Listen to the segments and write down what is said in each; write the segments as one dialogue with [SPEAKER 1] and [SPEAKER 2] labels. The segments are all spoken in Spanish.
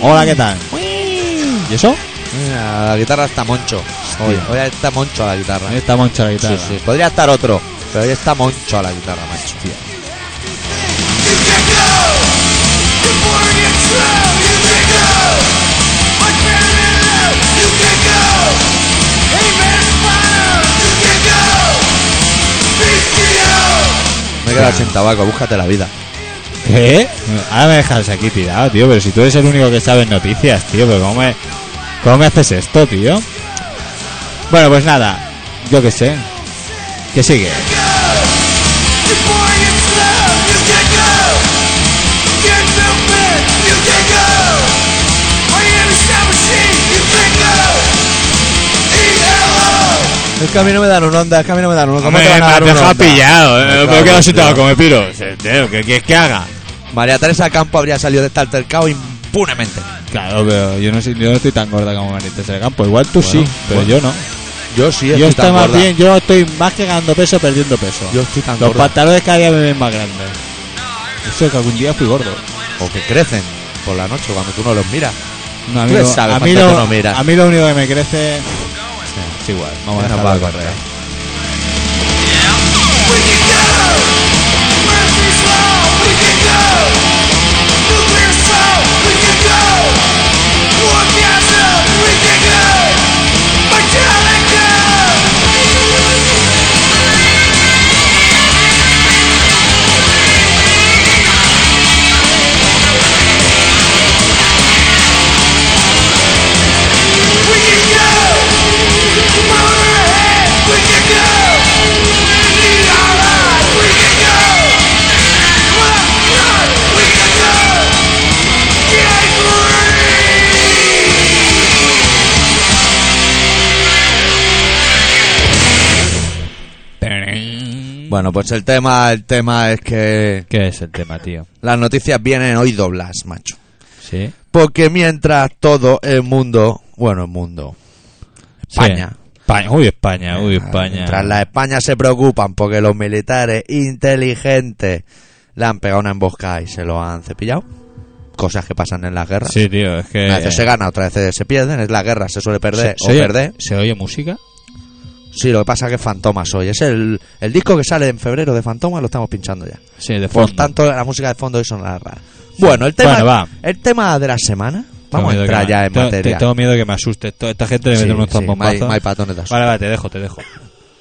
[SPEAKER 1] Hola, ¿qué tal? ¿Y eso?
[SPEAKER 2] Mira, la guitarra está moncho. Hoy,
[SPEAKER 1] Hostia.
[SPEAKER 2] hoy está moncho la guitarra.
[SPEAKER 1] Ahí está Moncho la guitarra.
[SPEAKER 2] Sí, sí. Podría estar otro, pero hoy está moncho la guitarra, macho.
[SPEAKER 3] You can't go. You're boring and slow. You can't go. I can't live. You can't go. Hey, man, spider. You can't go. Bestial.
[SPEAKER 2] Me he quedado sin tabaco, búscate la vida.
[SPEAKER 1] ¿Qué? Ahora me dejas aquí tirado, tío. Pero si tú eres el único que sabe noticias, tío. Pero ¿cómo me, cómo me haces esto, tío? Bueno, pues nada. Yo qué sé. ¿Qué sigue?
[SPEAKER 3] You're boring and slow. You can't go. You're too big. You can't go. I am a sound machine. You can't go. ELO.
[SPEAKER 2] Es que a mí no me dan un onda, es que a mí no me dan un
[SPEAKER 1] Hombre, me has dejado pillado. eh, me he quedado sin tabaco, me piro. Eh, tío, ¿Qué quieres que haga?
[SPEAKER 2] María Teresa Campo habría salido de este altercado impunemente.
[SPEAKER 1] Claro, pero yo no, soy- yo no estoy tan gorda como María Teresa Campo. Igual tú
[SPEAKER 2] Bueno,
[SPEAKER 1] sí, pero
[SPEAKER 2] bueno.
[SPEAKER 1] yo no.
[SPEAKER 2] Yo sí,
[SPEAKER 1] yo
[SPEAKER 2] estoy
[SPEAKER 1] estoy
[SPEAKER 2] tan
[SPEAKER 1] más
[SPEAKER 2] gorda.
[SPEAKER 1] bien, yo estoy más que ganando peso, perdiendo peso.
[SPEAKER 2] Yo estoy tan
[SPEAKER 1] Los
[SPEAKER 2] gorda.
[SPEAKER 1] pantalones cada día me ven más grandes. Eso es que algún día fui gordo.
[SPEAKER 2] O que crecen por la noche cuando tú no los miras.
[SPEAKER 1] No, a mí,
[SPEAKER 2] Tú
[SPEAKER 1] lo,
[SPEAKER 2] sabes
[SPEAKER 1] a, mí
[SPEAKER 2] cuánto
[SPEAKER 1] lo,
[SPEAKER 2] tú no miras.
[SPEAKER 1] a mí lo único que me crece es igual. Vamos a
[SPEAKER 2] Ya no
[SPEAKER 1] dejarlo
[SPEAKER 2] va a
[SPEAKER 1] de
[SPEAKER 2] correr.
[SPEAKER 3] We can go. Mercy slow. We can go. Nuclear soul. We can go. Orgasm. We can go. Metallica. We can go. Motorhead. We can go. Neon Light. We can go. Rock Night. We can go. Get free.
[SPEAKER 2] Bueno, pues el tema, el tema es que
[SPEAKER 1] ¿Qué es el tema, tío?
[SPEAKER 2] las noticias vienen hoy doblas, macho.
[SPEAKER 1] ¿Sí?
[SPEAKER 2] Porque mientras todo el mundo, bueno, el mundo, España.
[SPEAKER 1] Sí. España. Uy, España, uy, España.
[SPEAKER 2] Mientras la España se preocupan porque los militares inteligentes le han pegado una emboscada y se lo han cepillado. Cosas que pasan en las guerras.
[SPEAKER 1] Sí, tío, es que...
[SPEAKER 2] Una vez se gana, otra vez se pierden. Es la guerra, se suele perder
[SPEAKER 1] ¿Se- se
[SPEAKER 2] o
[SPEAKER 1] oye-
[SPEAKER 2] perder.
[SPEAKER 1] ¿Se oye música?
[SPEAKER 2] Sí, lo que pasa es que es Fantomas hoy. Es el, el disco que sale en febrero de Fantomas, lo estamos pinchando ya.
[SPEAKER 1] Sí, de
[SPEAKER 2] Por
[SPEAKER 1] fondo.
[SPEAKER 2] tanto, la música de fondo hoy sonará. Bueno, el tema,
[SPEAKER 1] Bueno, va.
[SPEAKER 2] el tema de la semana.
[SPEAKER 1] Tengo
[SPEAKER 2] Vamos a
[SPEAKER 1] miedo que
[SPEAKER 2] entrar
[SPEAKER 1] me-
[SPEAKER 2] ya en
[SPEAKER 1] tengo-
[SPEAKER 2] materia.
[SPEAKER 1] te- Tengo miedo que me asuste. Esto- Esta gente le
[SPEAKER 2] Sí,
[SPEAKER 1] mete unos
[SPEAKER 2] sí,
[SPEAKER 1] zambombazos.
[SPEAKER 2] my- my patones de asusto.
[SPEAKER 1] Vale, vale, te dejo, te dejo.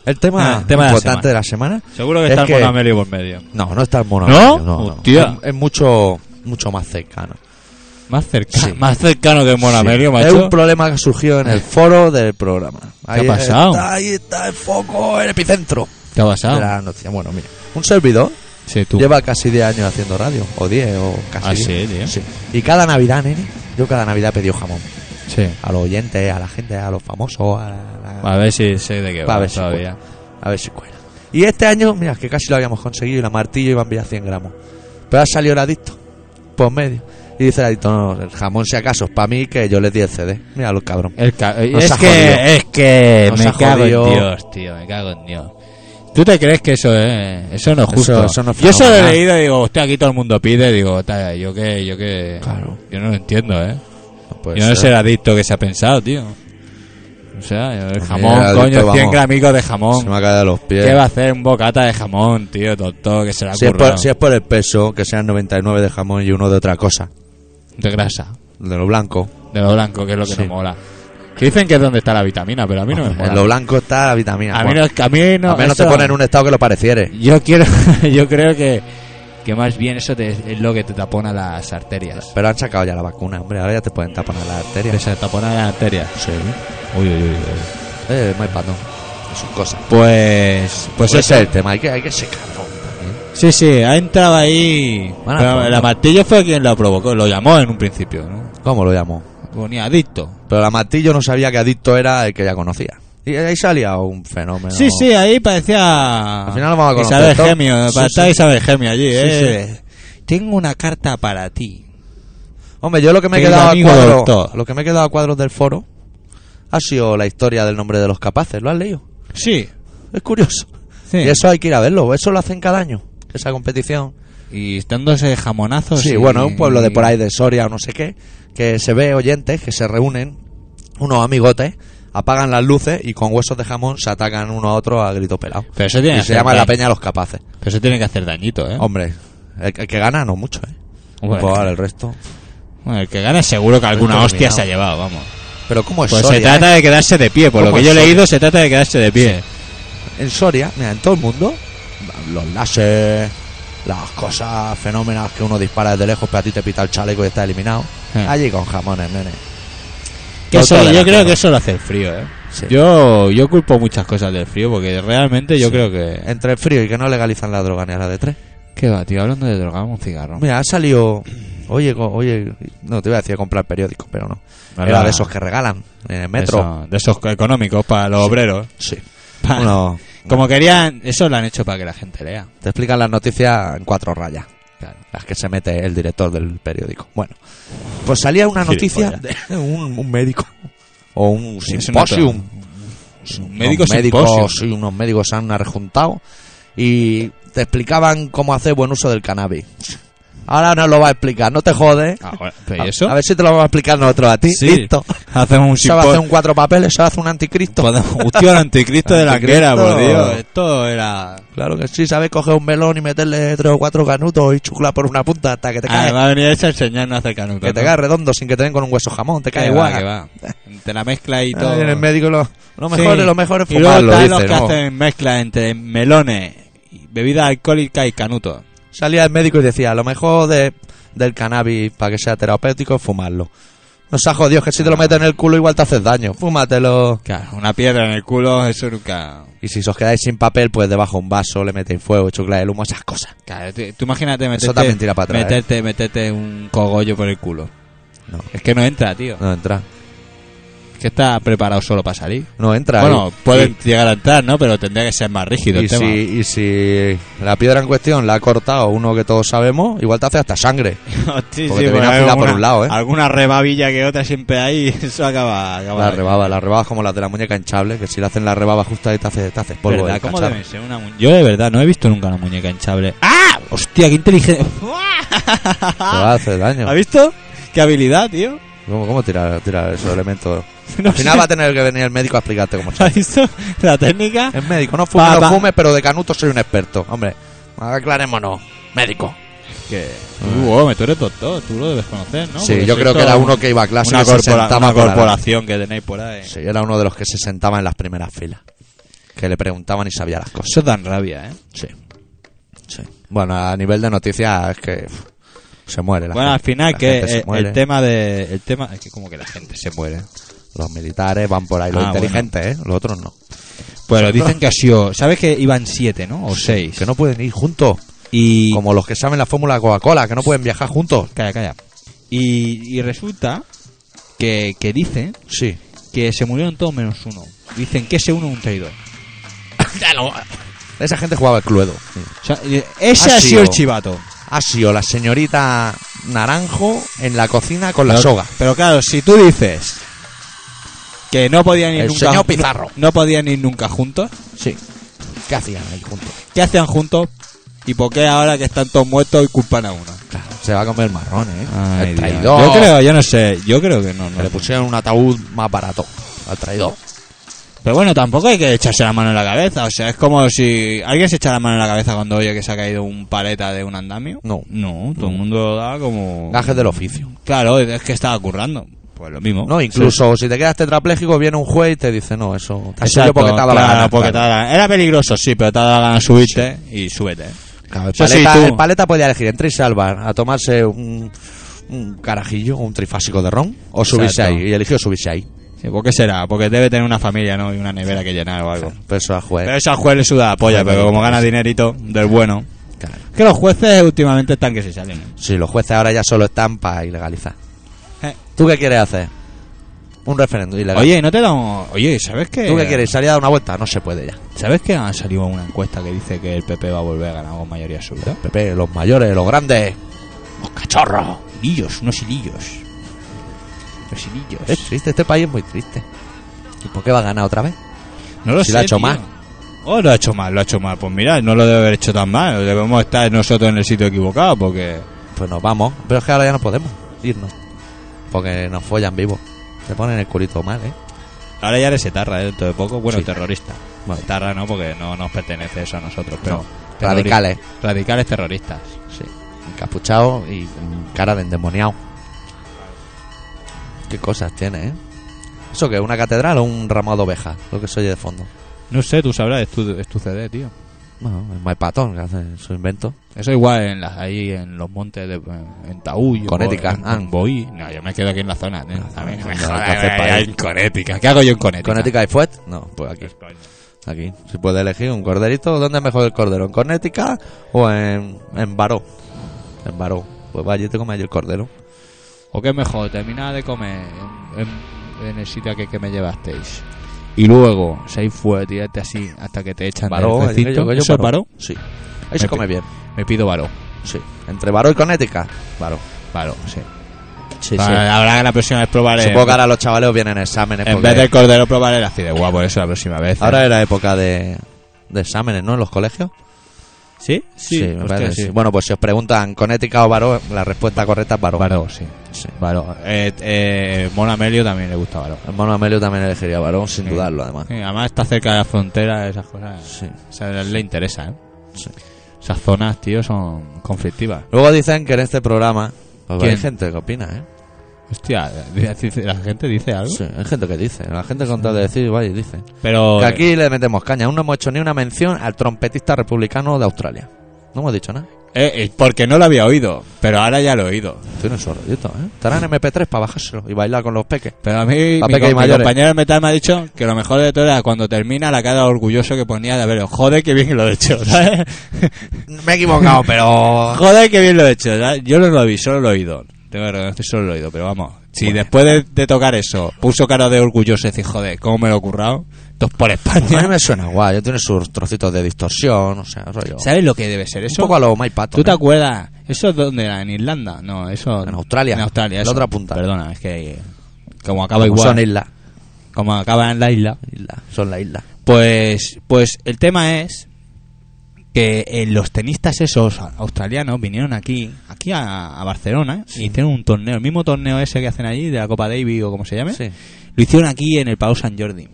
[SPEAKER 2] El tema,
[SPEAKER 1] Ah, el tema de la
[SPEAKER 2] importante de la semana.
[SPEAKER 1] Seguro que
[SPEAKER 2] es
[SPEAKER 1] está el mono Amelio por medio.
[SPEAKER 2] No, no está el mono.
[SPEAKER 1] ¿No?
[SPEAKER 2] Amelio,
[SPEAKER 1] Hostia.
[SPEAKER 2] Es, es mucho, mucho más cercano.
[SPEAKER 1] Más, cerca,
[SPEAKER 2] Sí.
[SPEAKER 1] más cercano que el mono
[SPEAKER 2] Sí.
[SPEAKER 1] Amelio,
[SPEAKER 2] Es
[SPEAKER 1] macho.
[SPEAKER 2] un problema que surgió en el foro del programa.
[SPEAKER 1] ha pasado?
[SPEAKER 2] Está, ahí está el foco, el epicentro
[SPEAKER 1] ¿Qué ha pasado?
[SPEAKER 2] de la noticia. Bueno, mira, un servidor
[SPEAKER 1] Sí, tú.
[SPEAKER 2] lleva casi 10 años haciendo radio, o 10, o casi
[SPEAKER 1] Ah,
[SPEAKER 2] 10.
[SPEAKER 1] sí, tío.
[SPEAKER 2] Sí. Y cada Navidad, nene, yo cada Navidad pedí jamón.
[SPEAKER 1] Sí.
[SPEAKER 2] A los oyentes, a la gente, a los famosos, a, la-
[SPEAKER 1] A ver si sé de qué
[SPEAKER 2] Pa'
[SPEAKER 1] va
[SPEAKER 2] ver si
[SPEAKER 1] todavía.
[SPEAKER 2] a ver si cuela. Y este año, mira, que casi lo habíamos conseguido y la martillo iba a enviar 100 gramos. Pero ha salido el adicto, por medio. Y dice el adicto, no, el jamón si acaso es para mí que yo le di el CD. Mira los cabrón.
[SPEAKER 1] El ca-
[SPEAKER 2] Nos
[SPEAKER 1] es,
[SPEAKER 2] ha jodido.
[SPEAKER 1] que, es que
[SPEAKER 2] Nos ha
[SPEAKER 1] me cago
[SPEAKER 2] jodido.
[SPEAKER 1] en Dios, tío, me cago en Dios. ¿Tú te crees que eso es, eso no es
[SPEAKER 2] Eso-
[SPEAKER 1] justo?
[SPEAKER 2] eso no es
[SPEAKER 1] yo eso lo he
[SPEAKER 2] fenomenal.
[SPEAKER 1] leído y digo, hostia, aquí todo el mundo pide, digo, "Ta, yo que, yo que,
[SPEAKER 2] Claro.
[SPEAKER 1] yo no lo entiendo, eh.
[SPEAKER 2] Pues,
[SPEAKER 1] yo no
[SPEAKER 2] eh,
[SPEAKER 1] sé el adicto que se ha pensado, tío. O sea, yo- el
[SPEAKER 2] Mira,
[SPEAKER 1] jamón,
[SPEAKER 2] adicto,
[SPEAKER 1] coño, 100
[SPEAKER 2] vamos.
[SPEAKER 1] gramicos de
[SPEAKER 2] Se me
[SPEAKER 1] jamón.
[SPEAKER 2] ha caído a los pies.
[SPEAKER 1] ¿Qué va a hacer un bocata de jamón, tío, tonto, que se la ha
[SPEAKER 2] si, es
[SPEAKER 1] currado?
[SPEAKER 2] por, si es por el peso, que sean 99 de jamón y uno de otra cosa.
[SPEAKER 1] De grasa,
[SPEAKER 2] De lo blanco.
[SPEAKER 1] de lo blanco, que es lo que
[SPEAKER 2] Sí.
[SPEAKER 1] no mola. Que dicen que es donde está la vitamina, pero a mí no me mola.
[SPEAKER 2] En lo blanco está la vitamina.
[SPEAKER 1] A mí
[SPEAKER 2] Juan.
[SPEAKER 1] no, a mí no,
[SPEAKER 2] a menos
[SPEAKER 1] eso-
[SPEAKER 2] te ponen en un estado que lo pareciere.
[SPEAKER 1] Yo quiero, yo creo que, que más bien eso te- es lo que te tapona las arterias.
[SPEAKER 2] Pero han sacado ya la vacuna, hombre. Ahora ya te pueden tapar las
[SPEAKER 1] Te
[SPEAKER 2] arterias.
[SPEAKER 1] se tapona las arterias.
[SPEAKER 2] Sí.
[SPEAKER 1] Uy, uy, uy.
[SPEAKER 2] Eh, muy patón. Es una cosa.
[SPEAKER 1] Pues, pues
[SPEAKER 2] Pues ese
[SPEAKER 1] eso.
[SPEAKER 2] es el tema. Hay que, hay que ser cabrón también.
[SPEAKER 1] Sí, sí, ha entrado ahí.
[SPEAKER 2] Bueno, pues
[SPEAKER 1] pero
[SPEAKER 2] bueno.
[SPEAKER 1] la martillo fue quien lo provocó, lo llamó en un principio, ¿no?
[SPEAKER 2] ¿eh? ¿Cómo lo llamó?
[SPEAKER 1] Ponía adicto.
[SPEAKER 2] Pero la Martillo no sabía que adicto era el que ya conocía. Y ahí salía un fenómeno.
[SPEAKER 1] Sí, sí, ahí parecía.
[SPEAKER 2] Al final lo vamos a conocer
[SPEAKER 1] Isabel
[SPEAKER 2] todo.
[SPEAKER 1] Gemio,
[SPEAKER 2] Sí,
[SPEAKER 1] parecía
[SPEAKER 2] sí.
[SPEAKER 1] Isabel Gemio allí,
[SPEAKER 2] Sí,
[SPEAKER 1] eh. Tengo una carta para ti.
[SPEAKER 2] Hombre, yo lo que me he
[SPEAKER 1] Querido
[SPEAKER 2] quedado a
[SPEAKER 1] amigo
[SPEAKER 2] cuadros,
[SPEAKER 1] doctor.
[SPEAKER 2] lo que me he quedado a cuadros del foro ha sido la historia del nombre de los capaces. ¿Lo has leído?
[SPEAKER 1] Sí,
[SPEAKER 2] Es curioso.
[SPEAKER 1] sí.
[SPEAKER 2] Y eso hay que ir a verlo. Eso lo hacen cada año. Esa competición.
[SPEAKER 1] Y dándose jamonazos.
[SPEAKER 2] Sí,
[SPEAKER 1] y-
[SPEAKER 2] bueno, un pueblo de por ahí de Soria o no sé qué, que se ve oyentes que se reúnen, unos amigotes, apagan las luces y con huesos de jamón se atacan uno a otro a grito pelado.
[SPEAKER 1] Pero eso tiene
[SPEAKER 2] Y
[SPEAKER 1] que
[SPEAKER 2] se
[SPEAKER 1] hacer
[SPEAKER 2] llama
[SPEAKER 1] daño.
[SPEAKER 2] la peña los capaces.
[SPEAKER 1] Pero eso tiene que hacer dañito, ¿eh?
[SPEAKER 2] Hombre, el, el que gana no mucho, ¿eh?
[SPEAKER 1] Bueno.
[SPEAKER 2] Pues vale, el resto.
[SPEAKER 1] Bueno, el que gana seguro que alguna
[SPEAKER 2] Esto
[SPEAKER 1] hostia
[SPEAKER 2] dominado.
[SPEAKER 1] se ha llevado, vamos.
[SPEAKER 2] Pero ¿cómo es
[SPEAKER 1] Pues
[SPEAKER 2] Soria?
[SPEAKER 1] se trata de quedarse de pie, por lo
[SPEAKER 2] ¿Cómo
[SPEAKER 1] que
[SPEAKER 2] es
[SPEAKER 1] yo he
[SPEAKER 2] Soria?
[SPEAKER 1] leído, se trata de quedarse de pie.
[SPEAKER 2] eh? En Soria, mira, en todo el mundo, los láser, las cosas, fenómenos que uno dispara desde lejos, pero a ti te pita el chaleco y está eliminado.
[SPEAKER 1] Sí.
[SPEAKER 2] Allí con jamones, nene.
[SPEAKER 1] Que eso-
[SPEAKER 2] Todo de
[SPEAKER 1] yo
[SPEAKER 2] la
[SPEAKER 1] creo
[SPEAKER 2] mano.
[SPEAKER 1] que eso lo hace el frío, ¿eh?
[SPEAKER 2] Sí.
[SPEAKER 1] Yo, yo culpo muchas cosas del frío, porque realmente yo
[SPEAKER 2] Sí. Eh,
[SPEAKER 1] creo que...
[SPEAKER 2] Entre el frío y que no legalizan la droga ni a la de tres.
[SPEAKER 1] ¿Qué va, tío? Hablando de drogar, un cigarro.
[SPEAKER 2] Mira, ha salido. Oye, co- oye, no te iba a decir comprar periódicos, pero no. Era de esos que regalan en el metro.
[SPEAKER 1] Eso, de esos económicos para los obreros.
[SPEAKER 2] Sí.
[SPEAKER 1] Pa-
[SPEAKER 2] Uno-
[SPEAKER 1] Como querían, eso lo han hecho para que la gente lea.
[SPEAKER 2] te explican las noticias en cuatro rayas.
[SPEAKER 1] Claro.
[SPEAKER 2] Las que se mete el director del periódico. Bueno, pues salía una noticia
[SPEAKER 1] Gilipollas.
[SPEAKER 2] de un, un médico o un
[SPEAKER 1] Es una
[SPEAKER 2] simposium.
[SPEAKER 1] Un médico simposio.
[SPEAKER 2] unos médicos, sí, unos médicos se han rejuntado y te explicaban cómo hacer buen uso del cannabis. Ahora no lo va a explicar, no te jodes.
[SPEAKER 1] Ah, bueno, pero ¿y eso?
[SPEAKER 2] A, a ver si te lo vamos a explicar nosotros a ti.
[SPEAKER 1] Sí.
[SPEAKER 2] Listo.
[SPEAKER 1] Hacemos un
[SPEAKER 2] Se va a hacer
[SPEAKER 1] simposio.
[SPEAKER 2] un cuatro papeles, se hace un anticristo.
[SPEAKER 1] Hostia, el anticristo de la
[SPEAKER 2] Anticristo.
[SPEAKER 1] anguera, por Dios. Esto era...
[SPEAKER 2] Claro que sí, sabes coger un melón y meterle tres o cuatro canutos y chucla por una punta hasta que te
[SPEAKER 1] Ah,
[SPEAKER 2] cae.
[SPEAKER 1] va a venir esa a enseñarnos a hacer canuto.
[SPEAKER 2] que te
[SPEAKER 1] ¿no?
[SPEAKER 2] cae redondo sin que te den con un hueso jamón, te
[SPEAKER 1] Que
[SPEAKER 2] cae
[SPEAKER 1] va,
[SPEAKER 2] igual.
[SPEAKER 1] que va. Te la mezcla y
[SPEAKER 2] Ahí
[SPEAKER 1] todo.
[SPEAKER 2] Ah, en el médico lo, lo
[SPEAKER 1] Sí.
[SPEAKER 2] mejor, es lo mejor es
[SPEAKER 1] Y luego
[SPEAKER 2] fumarlo,
[SPEAKER 1] están los
[SPEAKER 2] dice,
[SPEAKER 1] que
[SPEAKER 2] ¿no?
[SPEAKER 1] hacen mezcla entre melones, y bebida alcohólica y canuto.
[SPEAKER 2] Salía el médico y decía, lo mejor de, del cannabis para que sea terapéutico es fumarlo. No seas jodido, que si te
[SPEAKER 1] Ah.
[SPEAKER 2] lo metes en el culo igual te haces daño. Fúmatelo.
[SPEAKER 1] Claro, una piedra en el culo, eso nunca...
[SPEAKER 2] Y si os quedáis sin papel, pues debajo un vaso, le metéis fuego, chucláis el humo, esas cosas.
[SPEAKER 1] Claro, tú, tú imagínate meterte,
[SPEAKER 2] también tira para atrás, ¿eh?
[SPEAKER 1] meterte, meterte un cogollo por el culo.
[SPEAKER 2] No,
[SPEAKER 1] Es que no entra, tío.
[SPEAKER 2] no entra.
[SPEAKER 1] Es que está preparado solo para salir.
[SPEAKER 2] No entra.
[SPEAKER 1] Bueno,
[SPEAKER 2] Y-
[SPEAKER 1] puede llegar a entrar, ¿no? Pero tendría que ser más rígido
[SPEAKER 2] y
[SPEAKER 1] el tema.
[SPEAKER 2] si, y si la piedra en cuestión la ha cortado uno que todos sabemos, igual te hace hasta sangre.
[SPEAKER 1] Hostia,
[SPEAKER 2] Porque te viene
[SPEAKER 1] pues,
[SPEAKER 2] afilada por
[SPEAKER 1] alguna-
[SPEAKER 2] un lado, ¿eh?
[SPEAKER 1] Alguna rebabilla que otra siempre hay, eso acaba. acaba
[SPEAKER 2] La rebaba, la rebaba es como las de la muñeca hinchable, que si le hacen la rebaba justa ahí te hace, te haces polvo.
[SPEAKER 1] ¿Verdad?
[SPEAKER 2] el
[SPEAKER 1] ¿Cómo
[SPEAKER 2] cacharro.
[SPEAKER 1] debe ser una mu- Yo de verdad no he visto nunca una muñeca hinchable. ¡Ah! ¡Hostia, qué inteligente!
[SPEAKER 2] Te va a hacer daño.
[SPEAKER 1] ¿Has visto? ¡Qué habilidad, tío!
[SPEAKER 2] ¿Cómo, cómo tirar, tirar esos elementos?
[SPEAKER 1] No
[SPEAKER 2] Al final
[SPEAKER 1] sé.
[SPEAKER 2] va a tener que venir el médico a explicarte cómo se hace.
[SPEAKER 1] ¿Has visto la técnica?
[SPEAKER 2] El médico, no fume,
[SPEAKER 1] Va, va.
[SPEAKER 2] no fume, pero de canuto soy un experto. Hombre, aclarémonos. Médico.
[SPEAKER 1] Que. Uh, hombre, tú eres doctor, tú lo debes conocer, ¿no?
[SPEAKER 2] Ah. sí,
[SPEAKER 1] Porque
[SPEAKER 2] yo
[SPEAKER 1] sois
[SPEAKER 2] creo que era
[SPEAKER 1] todo
[SPEAKER 2] uno que iba a clase y
[SPEAKER 1] Una,
[SPEAKER 2] que se
[SPEAKER 1] corpora-
[SPEAKER 2] sentaba
[SPEAKER 1] una
[SPEAKER 2] por la-
[SPEAKER 1] corporación que tenéis por ahí.
[SPEAKER 2] Sí, era uno de los que se sentaba en las primeras filas. Que le preguntaban y sabía las cosas.
[SPEAKER 1] Eso dan rabia, ¿eh?
[SPEAKER 2] Sí. Bueno, a nivel de noticias es que uf, se muere la
[SPEAKER 1] bueno, al
[SPEAKER 2] gente.
[SPEAKER 1] final,
[SPEAKER 2] La
[SPEAKER 1] que
[SPEAKER 2] gente se
[SPEAKER 1] eh,
[SPEAKER 2] muere.
[SPEAKER 1] el tema de. El tema. Es que como que la gente se muere.
[SPEAKER 2] Los militares van por ahí, los
[SPEAKER 1] Ah,
[SPEAKER 2] inteligentes, ¿eh? Los otros no.
[SPEAKER 1] Bueno, dicen que ha sido. ¿Sabes que iban siete, no? O seis.
[SPEAKER 2] Que no pueden ir juntos.
[SPEAKER 1] Y.
[SPEAKER 2] Como los que saben la fórmula de Coca-Cola, que no pueden viajar juntos.
[SPEAKER 1] Calla, calla. Y, y resulta que, que dicen
[SPEAKER 2] Sí.
[SPEAKER 1] que se murieron todos menos uno. Dicen que ese uno es un traidor.
[SPEAKER 2] Esa gente jugaba el Cluedo.
[SPEAKER 1] O sea, eh, ese
[SPEAKER 2] Ha
[SPEAKER 1] ha sido el
[SPEAKER 2] sido
[SPEAKER 1] chivato.
[SPEAKER 2] Ha sido la señorita Naranjo en la cocina con la soga.
[SPEAKER 1] Pero claro, si tú dices que no podían ir
[SPEAKER 2] El
[SPEAKER 1] nunca
[SPEAKER 2] señor Pizarro.
[SPEAKER 1] No, podían ir nunca juntos,
[SPEAKER 2] Sí. ¿Qué hacían ahí juntos?
[SPEAKER 1] ¿qué hacían juntos? ¿Y por qué ahora que están todos muertos y culpan a uno?
[SPEAKER 2] Claro, se va a comer marrón, ¿eh? el traidor.
[SPEAKER 1] yo creo, yo no sé, yo creo que no. no.
[SPEAKER 2] Que le pusieron un ataúd más barato al traidor.
[SPEAKER 1] Pero bueno, tampoco hay que echarse la mano en la cabeza. O sea, es como si alguien se echa la mano en la cabeza cuando oye que se ha caído un paleta de un andamio.
[SPEAKER 2] No.
[SPEAKER 1] No, todo el mundo da como.
[SPEAKER 2] Gajes del oficio.
[SPEAKER 1] Claro, es que estaba currando. Pues lo mismo.
[SPEAKER 2] No, incluso si te quedas tetrapléjico, viene un juez y te dice, no, eso... te ha sido
[SPEAKER 1] Exacto,
[SPEAKER 2] porque te ha dado la
[SPEAKER 1] claro,
[SPEAKER 2] gana,
[SPEAKER 1] porque te ha
[SPEAKER 2] claro.
[SPEAKER 1] dado la gana. Era peligroso, sí, pero te ha dado la gana subirte y súbete.
[SPEAKER 2] Claro, el,
[SPEAKER 1] Eso sí,
[SPEAKER 2] paleta,
[SPEAKER 1] tú.
[SPEAKER 2] el paleta podía elegir entre irse al bar a tomarse un, un carajillo, un trifásico de ron, o subirse
[SPEAKER 1] Exacto.
[SPEAKER 2] ahí. Y eligió subirse ahí.
[SPEAKER 1] Sí, ¿Por qué será? Porque debe tener una familia, ¿no? Y una nevera que llenar o algo.
[SPEAKER 2] Pero eso al juez.
[SPEAKER 1] Pero eso al juez le suda la polla, pero como gana dinerito del bueno.
[SPEAKER 2] Claro.
[SPEAKER 1] Que los jueces últimamente están que se salen. ¿eh?
[SPEAKER 2] Si los jueces ahora ya solo están para ilegalizar.
[SPEAKER 1] Eh.
[SPEAKER 2] ¿Tú qué quieres hacer? Un referéndum ilegal.
[SPEAKER 1] Oye, ¿no te damos...? Oye, ¿sabes qué?
[SPEAKER 2] ¿Tú qué quieres? ¿Salir a dar una vuelta? No se puede ya.
[SPEAKER 1] ¿Sabes que ha salido una encuesta que dice que el PP va a volver a ganar con mayoría absoluta?
[SPEAKER 2] Pepe, los mayores, los grandes, los cachorros.
[SPEAKER 1] Hilillos, unos hilillos. Los hilillos.
[SPEAKER 2] Eh, Es triste, este país es muy triste. ¿Y por qué va a ganar otra vez?
[SPEAKER 1] No lo
[SPEAKER 2] si lo ha hecho
[SPEAKER 1] tío.
[SPEAKER 2] más.
[SPEAKER 1] Oh, lo ha hecho mal, lo ha hecho mal. Pues mira, no lo debe haber hecho tan mal. Debemos estar nosotros en el sitio equivocado porque...
[SPEAKER 2] Pues nos vamos. Pero es que ahora ya no podemos irnos. Porque nos follan vivo. Te ponen el culito mal, ¿eh?
[SPEAKER 1] Ahora ya eres etarra ¿eh? dentro de poco. Bueno,
[SPEAKER 2] Sí.
[SPEAKER 1] terrorista.
[SPEAKER 2] Vale.
[SPEAKER 1] Etarra no, porque no nos pertenece eso a nosotros. Pero
[SPEAKER 2] No,
[SPEAKER 1] terrori-
[SPEAKER 2] radicales.
[SPEAKER 1] Radicales terroristas.
[SPEAKER 2] Sí. Encapuchado y con cara de endemoniado. Qué cosas tiene, ¿eh? ¿Eso qué? ¿Una catedral o un ramado de ovejas? Lo que se oye de fondo.
[SPEAKER 1] No sé, tú sabrás, es tu, es tu CD, tío.
[SPEAKER 2] Bueno, el maipatón que hace su invento.
[SPEAKER 1] Eso igual en las, ahí en los montes de en, en Taúl,
[SPEAKER 2] Connecticut,
[SPEAKER 1] en,
[SPEAKER 2] ah.
[SPEAKER 1] en Boí. No, yo me quedo aquí en la zona. ¿eh? A mí no me
[SPEAKER 2] No,
[SPEAKER 1] jodas,
[SPEAKER 2] ¿qué haces
[SPEAKER 1] eh,
[SPEAKER 2] para ahí?
[SPEAKER 1] en Connecticut. ¿Qué hago yo en Connecticut?
[SPEAKER 2] ¿Connecticut y Fuet? No, pues aquí. Aquí. Si puede elegir un corderito, ¿dónde es mejor el cordero? ¿En Connecticut o en, en Baró? En Baró. Pues vaya, te comes allí el cordero.
[SPEAKER 1] ¿O qué es mejor? Terminar de comer en, en- en el sitio que, que me llevasteis. Y luego, seis fuerte, tirarte así hasta que te echan
[SPEAKER 2] Baró,
[SPEAKER 1] del
[SPEAKER 2] allí
[SPEAKER 1] recinto.
[SPEAKER 2] que yo- que yo
[SPEAKER 1] ¿Eso es
[SPEAKER 2] Baró.
[SPEAKER 1] Baró?
[SPEAKER 2] Sí. Ahí se
[SPEAKER 1] Me
[SPEAKER 2] come
[SPEAKER 1] pi-
[SPEAKER 2] bien.
[SPEAKER 1] Me pido Baró.
[SPEAKER 2] Sí. Entre Baró y Connecticut. Baró.
[SPEAKER 1] Baró, sí.
[SPEAKER 2] Sí,
[SPEAKER 1] Vale, La verdad que la próxima vez probaré...
[SPEAKER 2] Supongo que ahora los chavales os vienen exámenes.
[SPEAKER 1] En
[SPEAKER 2] porque
[SPEAKER 1] vez del cordero probaré la fideuá, por eso la próxima vez. ¿eh?
[SPEAKER 2] Ahora era época de, de exámenes, ¿no? En los colegios.
[SPEAKER 1] ¿Sí?
[SPEAKER 2] me
[SPEAKER 1] hostia,
[SPEAKER 2] parece que
[SPEAKER 1] sí.
[SPEAKER 2] sí. Bueno, pues si os preguntan Connecticut o Baró, la respuesta correcta es Baró.
[SPEAKER 1] Baró, sí.
[SPEAKER 2] Sí.
[SPEAKER 1] Baró. Eh, eh, Mona Amelio también le gusta Baró.
[SPEAKER 2] Hermano Amelio también elegiría Baró, sin
[SPEAKER 1] Sí.
[SPEAKER 2] dudarlo, además.
[SPEAKER 1] Sí, además está cerca de la frontera, esas cosas.
[SPEAKER 2] Sí.
[SPEAKER 1] O sea, le interesa, ¿eh?
[SPEAKER 2] Sí.
[SPEAKER 1] Esas zonas, tío, son conflictivas.
[SPEAKER 2] Luego dicen que en este programa. Pues
[SPEAKER 1] ¿Quién?
[SPEAKER 2] hay gente que opina, ¿eh?
[SPEAKER 1] Hostia, la gente dice algo.
[SPEAKER 2] Sí, hay gente que dice. La gente con tal de decir, vaya, dice.
[SPEAKER 1] Pero
[SPEAKER 2] Que aquí le metemos caña. Aún no hemos hecho ni una mención al trompetista republicano de Australia. No hemos dicho nada.
[SPEAKER 1] Eh, eh, porque no lo había oído, pero ahora ya lo he oído.
[SPEAKER 2] Tiene su rollito, ¿eh? Estará en MP3 para bajárselo y bailar con los peques.
[SPEAKER 1] Pero a mí,
[SPEAKER 2] Pa'
[SPEAKER 1] mi,
[SPEAKER 2] peque y
[SPEAKER 1] co- mi
[SPEAKER 2] mayores.
[SPEAKER 1] compañero de metal me ha dicho que lo mejor de todo era cuando termina la cara orgulloso que ponía de haberlo. Joder, qué bien que lo he hecho, ¿sabes?
[SPEAKER 2] Me he equivocado, pero.
[SPEAKER 1] Joder, qué bien lo he hecho. ¿sabes? Yo no lo vi, solo lo he oído. Tengo que reconocer, solo lo he oído, pero vamos. Si después de, de tocar eso puso cara de orgulloso y decir, joder, ¿cómo me lo he currado? Entonces por
[SPEAKER 2] A mí
[SPEAKER 1] España.
[SPEAKER 2] me suena guay. Tiene sus trocitos de distorsión, o sea, rollo.
[SPEAKER 1] ¿Sabes lo que debe ser
[SPEAKER 2] Un
[SPEAKER 1] eso?
[SPEAKER 2] poco a lo Mike Patton,
[SPEAKER 1] ¿Tú te
[SPEAKER 2] ¿eh?
[SPEAKER 1] acuerdas? ¿Eso dónde era? ¿En Irlanda? No, eso.
[SPEAKER 2] En Australia.
[SPEAKER 1] En Australia,
[SPEAKER 2] La
[SPEAKER 1] eso.
[SPEAKER 2] otra punta.
[SPEAKER 1] Perdona, es que. eh, Como acaba
[SPEAKER 2] Como
[SPEAKER 1] igual.
[SPEAKER 2] Son islas.
[SPEAKER 1] Como acaba en la isla.
[SPEAKER 2] Isla. Son la isla.
[SPEAKER 1] Pues, pues el tema es que eh, los tenistas esos australianos vinieron aquí, aquí a, a Barcelona, y hicieron un torneo, el mismo torneo ese que hacen allí, de la Copa Davis o como se llame,
[SPEAKER 2] Sí.
[SPEAKER 1] lo hicieron aquí en el Pau San Jordi.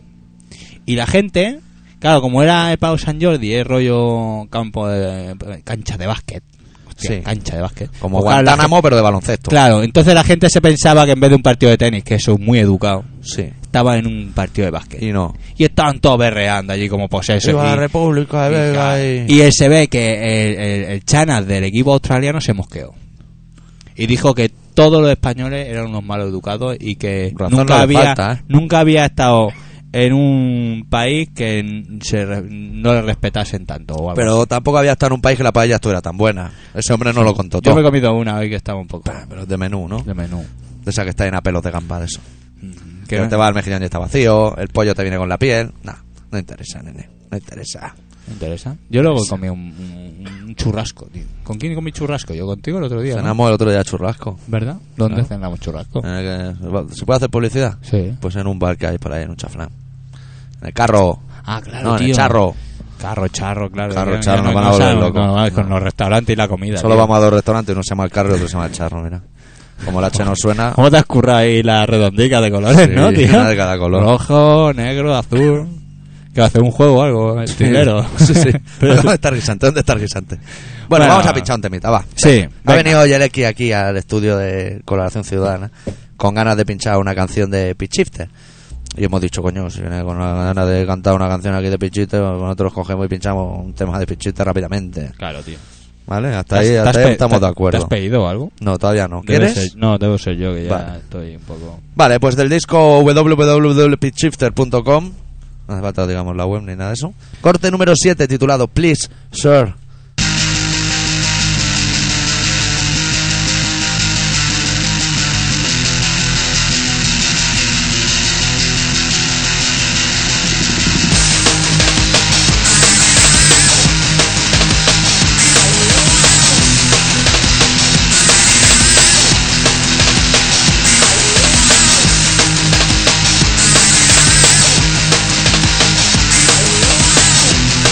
[SPEAKER 1] Y la gente, claro, como era el Pau San Jordi, es rollo campo de, cancha de básquet. Hostia,
[SPEAKER 2] Sí.
[SPEAKER 1] cancha de básquet.
[SPEAKER 2] Como
[SPEAKER 1] Pues, claro, la
[SPEAKER 2] Guantánamo, pero de
[SPEAKER 1] gente-
[SPEAKER 2] baloncesto.
[SPEAKER 1] Claro, entonces la gente se pensaba que en vez de un partido de tenis, que eso es muy educado,
[SPEAKER 2] Sí.
[SPEAKER 1] estaba en un partido de básquet.
[SPEAKER 2] Y no.
[SPEAKER 1] Y estaban todos berreando allí como posesos.
[SPEAKER 2] Viva la
[SPEAKER 1] Y,
[SPEAKER 2] República de Vega y-
[SPEAKER 1] y él se ve que el, el- el Chanas del equipo australiano se mosqueó. Y dijo que todos los españoles eran unos malos educados y que
[SPEAKER 2] Razón no
[SPEAKER 1] nunca,
[SPEAKER 2] le
[SPEAKER 1] había,
[SPEAKER 2] falta, ¿eh?
[SPEAKER 1] nunca había estado en un país que n- se re- no le respetasen tanto. o algo
[SPEAKER 2] Pero tampoco había estado en un país que la paella estuviera tan buena. Ese hombre no lo contó
[SPEAKER 1] así. Yo
[SPEAKER 2] todo.
[SPEAKER 1] me he comido una hoy que estaba un poco
[SPEAKER 2] Ah, Pero es de menú, ¿no?
[SPEAKER 1] de menú.
[SPEAKER 2] De esa que está llena de pelos de gamba, de eso.
[SPEAKER 1] Que
[SPEAKER 2] Que Mm, te va el mejillón y está vacío, el pollo te viene con la piel. Nah, no interesa, nene. No interesa.
[SPEAKER 1] ¿Me interesa? Yo luego comí un, un- un churrasco, tío. ¿Con quién comí churrasco? Yo contigo el otro día. ¿no?
[SPEAKER 2] Cenamos el otro día churrasco.
[SPEAKER 1] ¿Verdad? Ah. ¿Dónde
[SPEAKER 2] Claro.
[SPEAKER 1] cenamos churrasco?
[SPEAKER 2] Eh, que- ¿Se puede hacer publicidad?
[SPEAKER 1] Sí.
[SPEAKER 2] Pues en un bar que hay por ahí, en un chaflán. En el carro.
[SPEAKER 1] Ah, claro,
[SPEAKER 2] No, en el
[SPEAKER 1] tío.
[SPEAKER 2] charro.
[SPEAKER 1] Carro, charro, claro.
[SPEAKER 2] Carro,
[SPEAKER 1] Ya- ya
[SPEAKER 2] charro, nos van a volver
[SPEAKER 1] saben,
[SPEAKER 2] locos.
[SPEAKER 1] no, vale, con los restaurantes y la comida.
[SPEAKER 2] Solo
[SPEAKER 1] tío.
[SPEAKER 2] vamos a dos restaurantes, uno se llama el carro y otro se llama el charro, mira. Como la H no suena,
[SPEAKER 1] ¿Cómo te has currado ahí la redondica de colores,
[SPEAKER 2] Sí,
[SPEAKER 1] no, tío?
[SPEAKER 2] eh, una de cada color.
[SPEAKER 1] Rojo, negro, azul. Que va a hacer un juego o algo, el trilero.
[SPEAKER 2] Sí, sí.
[SPEAKER 1] Pero-
[SPEAKER 2] ¿Dónde está el guisante? ¿Dónde está el guisante? Bueno,
[SPEAKER 1] Bueno.
[SPEAKER 2] vamos a pinchar un temita, va.
[SPEAKER 1] Sí,
[SPEAKER 2] Ha
[SPEAKER 1] venga.
[SPEAKER 2] venido Yeleki aquí al estudio de Colaboración Ciudadana con ganas de pinchar una canción de Pitch Shifter. Y hemos dicho, coño, si viene con la ganas de cantar una canción aquí de Pitch Shifter, nosotros cogemos y pinchamos un tema de Pitch Shifter rápidamente.
[SPEAKER 1] Claro, tío.
[SPEAKER 2] ¿Vale? Hasta ahí, hasta ahí estamos de
[SPEAKER 1] ¿Te
[SPEAKER 2] acuerdo.
[SPEAKER 1] has pedido algo?
[SPEAKER 2] No, todavía no.
[SPEAKER 1] Debe
[SPEAKER 2] ¿Quieres?
[SPEAKER 1] ser- no, debo ser yo que ya
[SPEAKER 2] Vale.
[SPEAKER 1] estoy un poco.
[SPEAKER 2] Vale, pues del disco www.pitchshifter.com No hace falta, digamos, la web ni nada de eso. Corte número 7, titulado Please, Sir.
[SPEAKER 3] Please,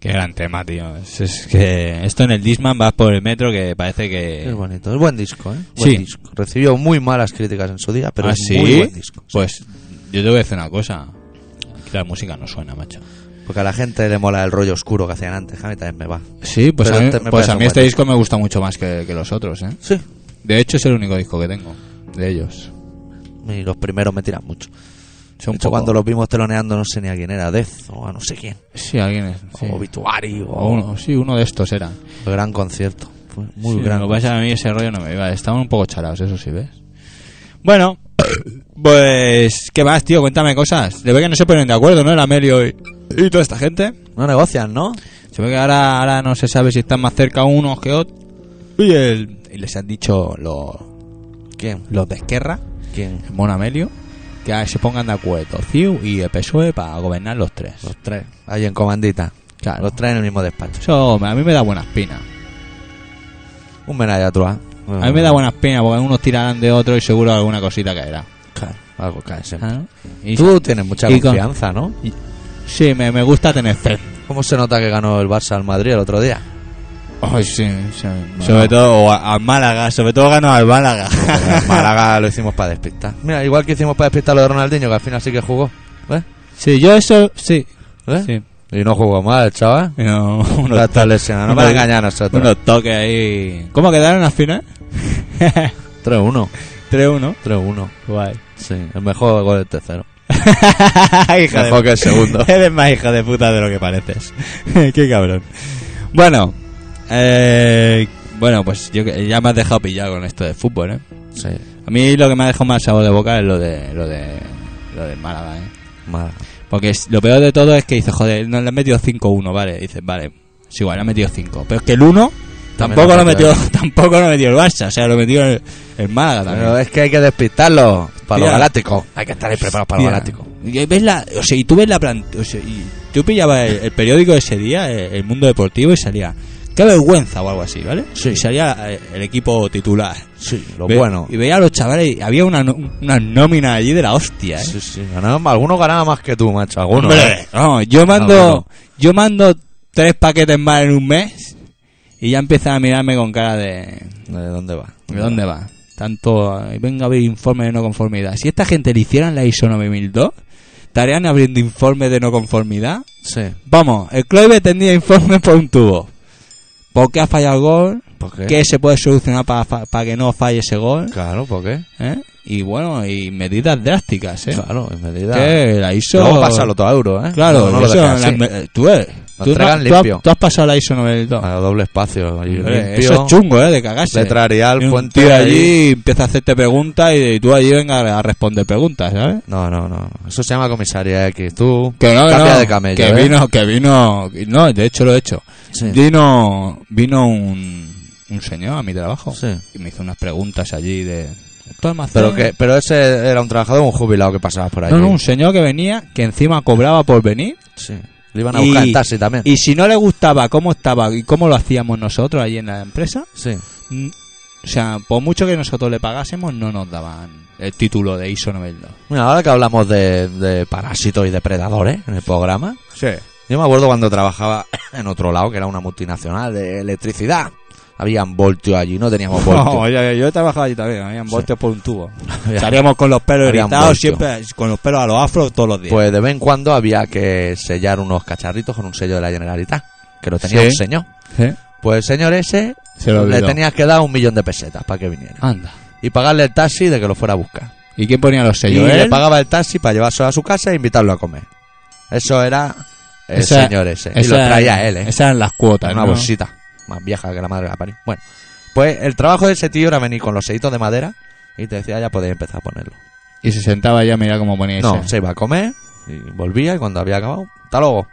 [SPEAKER 1] gran tema, tío. Es, es que esto en el Disman vas por el metro que parece que...
[SPEAKER 2] Es bonito, es buen disco, ¿eh? Buen
[SPEAKER 1] Sí.
[SPEAKER 2] disco. Recibió muy malas críticas en su día, pero
[SPEAKER 1] ¿Ah,
[SPEAKER 2] es
[SPEAKER 1] sí?
[SPEAKER 2] muy buen disco. sí.
[SPEAKER 1] Pues yo te voy a decir una cosa. Aquí la música no suena, macho.
[SPEAKER 2] Porque a la gente le mola el rollo oscuro que hacían antes. A mí también me va.
[SPEAKER 1] Sí, pues
[SPEAKER 2] Pero
[SPEAKER 1] a mí,
[SPEAKER 2] antes me
[SPEAKER 1] pues
[SPEAKER 2] parece
[SPEAKER 1] a mí
[SPEAKER 2] un
[SPEAKER 1] este
[SPEAKER 2] buen
[SPEAKER 1] disco me gusta mucho más que, que los otros, ¿eh?
[SPEAKER 2] Sí.
[SPEAKER 1] De hecho, es el único disco que tengo de ellos.
[SPEAKER 2] Y los primeros me tiran mucho.
[SPEAKER 1] Son
[SPEAKER 2] de hecho,
[SPEAKER 1] poco-
[SPEAKER 2] cuando los vimos teloneando no sé ni a quién era. Death o a no sé quién.
[SPEAKER 1] Sí, alguien es. sí.
[SPEAKER 2] O Obituary o
[SPEAKER 1] O uno, sí, uno de estos era.
[SPEAKER 2] el gran concierto. Fue muy
[SPEAKER 1] Sí,
[SPEAKER 2] gran.
[SPEAKER 1] Lo que pasa es que a mí ese rollo no me iba. Estaban un poco charados, eso sí, ¿ves? Bueno, pues. ¿Qué más, tío? Cuéntame cosas. Le ve que no se ponen de acuerdo, ¿no? El Amelio y, y toda esta gente.
[SPEAKER 2] No negocian, ¿no?
[SPEAKER 1] Se ve que ahora, ahora no se sabe si están más cerca unos que otros. Y, el- y les han dicho los,
[SPEAKER 2] ¿Quién?
[SPEAKER 1] los de Esquerra,
[SPEAKER 2] ¿Quién?
[SPEAKER 1] el Mono Amelio, que se pongan de acuerdo, CIU y el PSOE, E, para gobernar los tres.
[SPEAKER 2] Los tres. Ahí en comandita.
[SPEAKER 1] Claro.
[SPEAKER 2] Los tres en el mismo despacho.
[SPEAKER 1] Eso a mí me da buena espina.
[SPEAKER 2] Un menaje a otro. ¿ah?
[SPEAKER 1] A mí me da buena espina porque unos tirarán de otro y seguro alguna cosita caerá.
[SPEAKER 2] Claro, algo cae siempre.
[SPEAKER 1] Ah, ¿no? Y-
[SPEAKER 2] Tú tienes mucha
[SPEAKER 1] y con-
[SPEAKER 2] confianza, ¿no?
[SPEAKER 1] Sí, me, me gusta tener fe.
[SPEAKER 2] ¿Cómo se nota que ganó el Barça al Madrid el otro día?
[SPEAKER 1] Ay, sí, Sobre todo o a, a Málaga, sobre todo ganó al Málaga.
[SPEAKER 2] En Málaga lo hicimos para despistar. Mira, igual que hicimos para despistar lo de Ronaldinho, que al final sí que jugó. ¿Ves?
[SPEAKER 1] sí, yo eso, sí.
[SPEAKER 2] ¿Ves?
[SPEAKER 1] sí.
[SPEAKER 2] Y no jugó mal, chaval.
[SPEAKER 1] No, unos,
[SPEAKER 2] No está lesionado, no
[SPEAKER 1] unos-
[SPEAKER 2] para engañar a nosotros.
[SPEAKER 1] unos toques ahí. ¿Cómo quedaron al final?
[SPEAKER 2] 3-1.
[SPEAKER 1] 3-1.
[SPEAKER 2] 3-1.
[SPEAKER 1] Guay.
[SPEAKER 2] Sí, el mejor gol del tercero.
[SPEAKER 1] hija
[SPEAKER 2] Mejor
[SPEAKER 1] de-
[SPEAKER 2] que el segundo.
[SPEAKER 1] Eres más hija de puta de lo que pareces. Qué cabrón. Bueno, eh, bueno, pues yo que- ya me has dejado pillado con esto de fútbol, ¿eh?
[SPEAKER 2] Sí,
[SPEAKER 1] A mí lo que me ha dejado más sabor de boca es lo de lo de lo del Málaga, ¿eh?
[SPEAKER 2] mal.
[SPEAKER 1] Porque es- lo peor de todo es que dices, joder, no le han metido 5-1, vale. Dices, vale, es igual, le han metido 5. Pero es que el 1
[SPEAKER 2] También
[SPEAKER 1] tampoco
[SPEAKER 2] lo
[SPEAKER 1] lo
[SPEAKER 2] han
[SPEAKER 1] metió,
[SPEAKER 2] metido.
[SPEAKER 1] tampoco lo metió el Barça, o sea, lo metió el, el Málaga también.
[SPEAKER 2] Pero es que hay que despistarlo para los
[SPEAKER 1] Tía.
[SPEAKER 2] galácticos. Hay que estar ahí preparados para los
[SPEAKER 1] Hostia.
[SPEAKER 2] galácticos.
[SPEAKER 1] Y ves la, o sea, y tú ves la planta, o sea, y tú pillabas el, el periódico de ese día, eh, el Mundo Deportivo y salía qué vergüenza o algo así, ¿vale?
[SPEAKER 2] Sí.
[SPEAKER 1] Y salía eh, el equipo titular.
[SPEAKER 2] Sí, lo
[SPEAKER 1] Ve-
[SPEAKER 2] bueno.
[SPEAKER 1] Y veía a los chavales y había una, no- una nómina allí de la hostia, ¿eh?
[SPEAKER 2] Sí, sí, ganaban- algunos ganaban más que tú, macho. Algunos.
[SPEAKER 1] Hombre,
[SPEAKER 2] ¿eh?
[SPEAKER 1] no, yo mando
[SPEAKER 2] Ah, bueno.
[SPEAKER 1] yo mando tres paquetes más en un mes y ya empiezan a mirarme con cara de
[SPEAKER 2] ¿De dónde va?
[SPEAKER 1] ¿de dónde va? Tanto eh, venga a ver informe de no conformidad. Si esta gente le hicieran la ISO 9002, estarían abriendo informes de no conformidad.
[SPEAKER 2] Sí.
[SPEAKER 1] Vamos, el Cloive tendría informes por un tubo. ¿Por qué ha fallado el gol?
[SPEAKER 2] ¿Por qué?
[SPEAKER 1] ¿Qué, se puede solucionar para para que no falle ese gol?
[SPEAKER 2] Claro, ¿por qué?
[SPEAKER 1] ¿Eh? Y bueno, y medidas drásticas, ¿eh?
[SPEAKER 2] Claro, en medida.
[SPEAKER 1] Que la ISO
[SPEAKER 2] Luego pásalo todo a euro, ¿eh?
[SPEAKER 1] Claro,
[SPEAKER 2] no, no lo
[SPEAKER 1] eso,
[SPEAKER 2] dejes
[SPEAKER 1] las
[SPEAKER 2] así.
[SPEAKER 1] me- eh, tú, eh,
[SPEAKER 2] Lo
[SPEAKER 1] tú, no-
[SPEAKER 2] entregan
[SPEAKER 1] tú has-
[SPEAKER 2] limpio.
[SPEAKER 1] tú has pasado la ISO 92.
[SPEAKER 2] A doble espacio. y
[SPEAKER 1] Hombre,
[SPEAKER 2] limpio,
[SPEAKER 1] eso es chungo, ¿eh? De cagarse.
[SPEAKER 2] letra
[SPEAKER 1] Y
[SPEAKER 2] Arial,
[SPEAKER 1] un
[SPEAKER 2] puente
[SPEAKER 1] tío
[SPEAKER 2] ahí.
[SPEAKER 1] allí y empieza a hacerte preguntas y, tú allí venga a responder preguntas, ¿sabes?
[SPEAKER 2] No, no, no. Eso se llama comisaría X. Tú.
[SPEAKER 1] Que no, que
[SPEAKER 2] Cambia
[SPEAKER 1] no,
[SPEAKER 2] de camello,
[SPEAKER 1] que
[SPEAKER 2] ¿eh?
[SPEAKER 1] vino, que vino, no, de hecho lo he hecho.
[SPEAKER 2] Sí.
[SPEAKER 1] Vino, vino un, un señor a mi trabajo
[SPEAKER 2] Sí.
[SPEAKER 1] y me hizo unas preguntas allí de... ¿Esto es más
[SPEAKER 2] Pero,
[SPEAKER 1] cena?
[SPEAKER 2] que, pero ese era un trabajador o un jubilado que pasaba por allí.
[SPEAKER 1] No, no, un señor que venía, que encima cobraba por venir
[SPEAKER 2] Sí. Le iban a
[SPEAKER 1] Y-
[SPEAKER 2] buscar en taxi también.
[SPEAKER 1] y si no le gustaba cómo estaba y cómo lo hacíamos nosotros allí en la empresa,
[SPEAKER 2] Sí.
[SPEAKER 1] Mm, O sea, por mucho que nosotros le pagásemos, no nos daban el título de ISO 92.
[SPEAKER 2] Mira, ahora que hablamos de, de parásitos y depredadores en el programa,
[SPEAKER 1] Sí.
[SPEAKER 2] yo me acuerdo cuando trabajaba en otro lado, que era una multinacional de electricidad. Habían voltio allí, no teníamos voltio.
[SPEAKER 1] yo, he trabajado allí también, habían voltios por un tubo.
[SPEAKER 2] Había-
[SPEAKER 1] Salíamos con los pelos
[SPEAKER 2] Habían
[SPEAKER 1] irritados,
[SPEAKER 2] voltios.
[SPEAKER 1] siempre con los pelos a los afros todos los días.
[SPEAKER 2] Pues de vez en cuando había que sellar unos cacharritos con un sello de la Generalitat, que lo tenía
[SPEAKER 1] Sí.
[SPEAKER 2] un señor. Pues el señor ese
[SPEAKER 1] ¿eh? Se lo
[SPEAKER 2] le
[SPEAKER 1] olvidó. Ah.
[SPEAKER 2] tenías que dar un millón de pesetas para que viniera.
[SPEAKER 1] Anda.
[SPEAKER 2] Y pagarle el taxi de que lo fuera a buscar.
[SPEAKER 1] ¿Y quién ponía los
[SPEAKER 2] Y
[SPEAKER 1] sellos? Eh,
[SPEAKER 2] le
[SPEAKER 1] ¿Él?
[SPEAKER 2] pagaba el taxi para llevárselo a su casa e invitarlo a comer. Eso era el
[SPEAKER 1] Esa-
[SPEAKER 2] señor ese. y
[SPEAKER 1] Esa-
[SPEAKER 2] lo traía él, ¿eh?
[SPEAKER 1] Esas eran las cuotas,
[SPEAKER 2] En una
[SPEAKER 1] ¿no?
[SPEAKER 2] bolsita. Más vieja que la madre de la París. Bueno, pues el trabajo de ese tío era venir con los sellitos de madera y te decía, ya podéis empezar a ponerlo.
[SPEAKER 1] Y se sentaba ya, mira cómo ponía
[SPEAKER 2] No,
[SPEAKER 1] ese.
[SPEAKER 2] se iba a comer y volvía y cuando había acabado, hasta luego.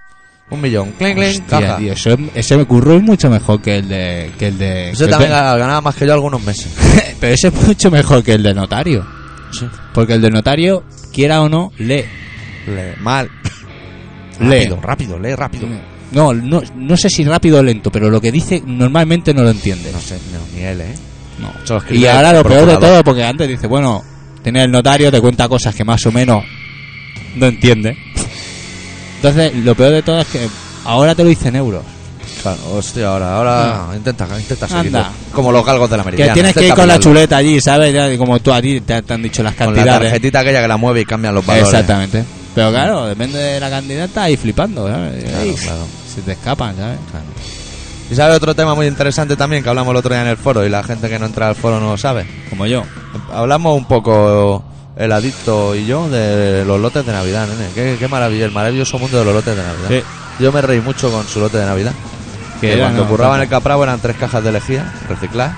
[SPEAKER 2] Un millón, clink, clink,
[SPEAKER 1] Hostia,
[SPEAKER 2] caja.
[SPEAKER 1] tío, eso es- ese curro es mucho mejor que el de. Que el de que
[SPEAKER 2] Ese
[SPEAKER 1] el
[SPEAKER 2] también
[SPEAKER 1] de-
[SPEAKER 2] ganaba más que yo algunos meses.
[SPEAKER 1] pero ese es mucho mejor que el de notario.
[SPEAKER 2] Sí.
[SPEAKER 1] Porque el de notario, quiera o no, lee.
[SPEAKER 2] Le- mal.
[SPEAKER 1] Lee.
[SPEAKER 2] Rápido, rápido, lee rápido.
[SPEAKER 1] No, no, no sé si rápido o lento, pero lo que dice normalmente no lo entiende.
[SPEAKER 2] No sé, no, ni él, ¿eh?
[SPEAKER 1] No.
[SPEAKER 2] Se lo escribe
[SPEAKER 1] Y ahora lo
[SPEAKER 2] el
[SPEAKER 1] peor de
[SPEAKER 2] procurador.
[SPEAKER 1] todo, porque antes dice, bueno, tiene el notario, te cuenta cosas que más o menos no entiende. Entonces, lo peor de todo es que ahora te lo dicen euros.
[SPEAKER 2] Claro, hostia, ahora, ahora intenta, intenta
[SPEAKER 1] Anda.
[SPEAKER 2] seguirlo. Como los galgos de la
[SPEAKER 1] Que
[SPEAKER 2] meridiana.
[SPEAKER 1] tienes que ir
[SPEAKER 2] intenta
[SPEAKER 1] con la
[SPEAKER 2] pillarlo.
[SPEAKER 1] chuleta allí, ¿sabes? Ya, como tú a ti te, te han dicho las
[SPEAKER 2] Con la
[SPEAKER 1] cantidades.
[SPEAKER 2] tarjetita aquella que la mueve y cambian los valores.
[SPEAKER 1] Exactamente. Pero claro, depende de la cantidad, estás ahí flipando, ¿sabes?
[SPEAKER 2] Claro,
[SPEAKER 1] Ey,
[SPEAKER 2] claro.
[SPEAKER 1] Se te escapan, ¿sabes?
[SPEAKER 2] Y sabe otro tema muy interesante también que hablamos el otro día en el foro y la gente que no entra al foro no lo sabe.
[SPEAKER 1] Como yo.
[SPEAKER 2] Hablamos un poco el adicto y yo de los lotes de Navidad, nene. Qué, qué maravilla, el maravilloso mundo de los lotes de Navidad.
[SPEAKER 1] Sí.
[SPEAKER 2] Yo me reí mucho con su lote de Navidad.
[SPEAKER 1] Que
[SPEAKER 2] Que
[SPEAKER 1] era,
[SPEAKER 2] cuando
[SPEAKER 1] no,
[SPEAKER 2] curraba
[SPEAKER 1] no.
[SPEAKER 2] en el Capravo eran tres cajas de lejía, reciclar.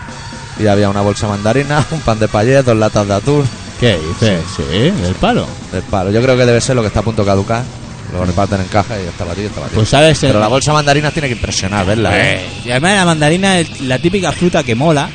[SPEAKER 2] Y había una bolsa de mandarina, un pan de payés, dos latas de atún,
[SPEAKER 1] ¿Qué dices? Sí, del palo.
[SPEAKER 2] del palo. Yo creo que debe ser lo que está a punto de caducar. Lo reparten en caja y está batido, está batido.
[SPEAKER 1] Pues sabes,
[SPEAKER 2] Pero
[SPEAKER 1] el-
[SPEAKER 2] la bolsa de mandarinas tiene que impresionar, verla, ¿eh?
[SPEAKER 1] Eh, Y además la mandarina es la típica fruta que mola,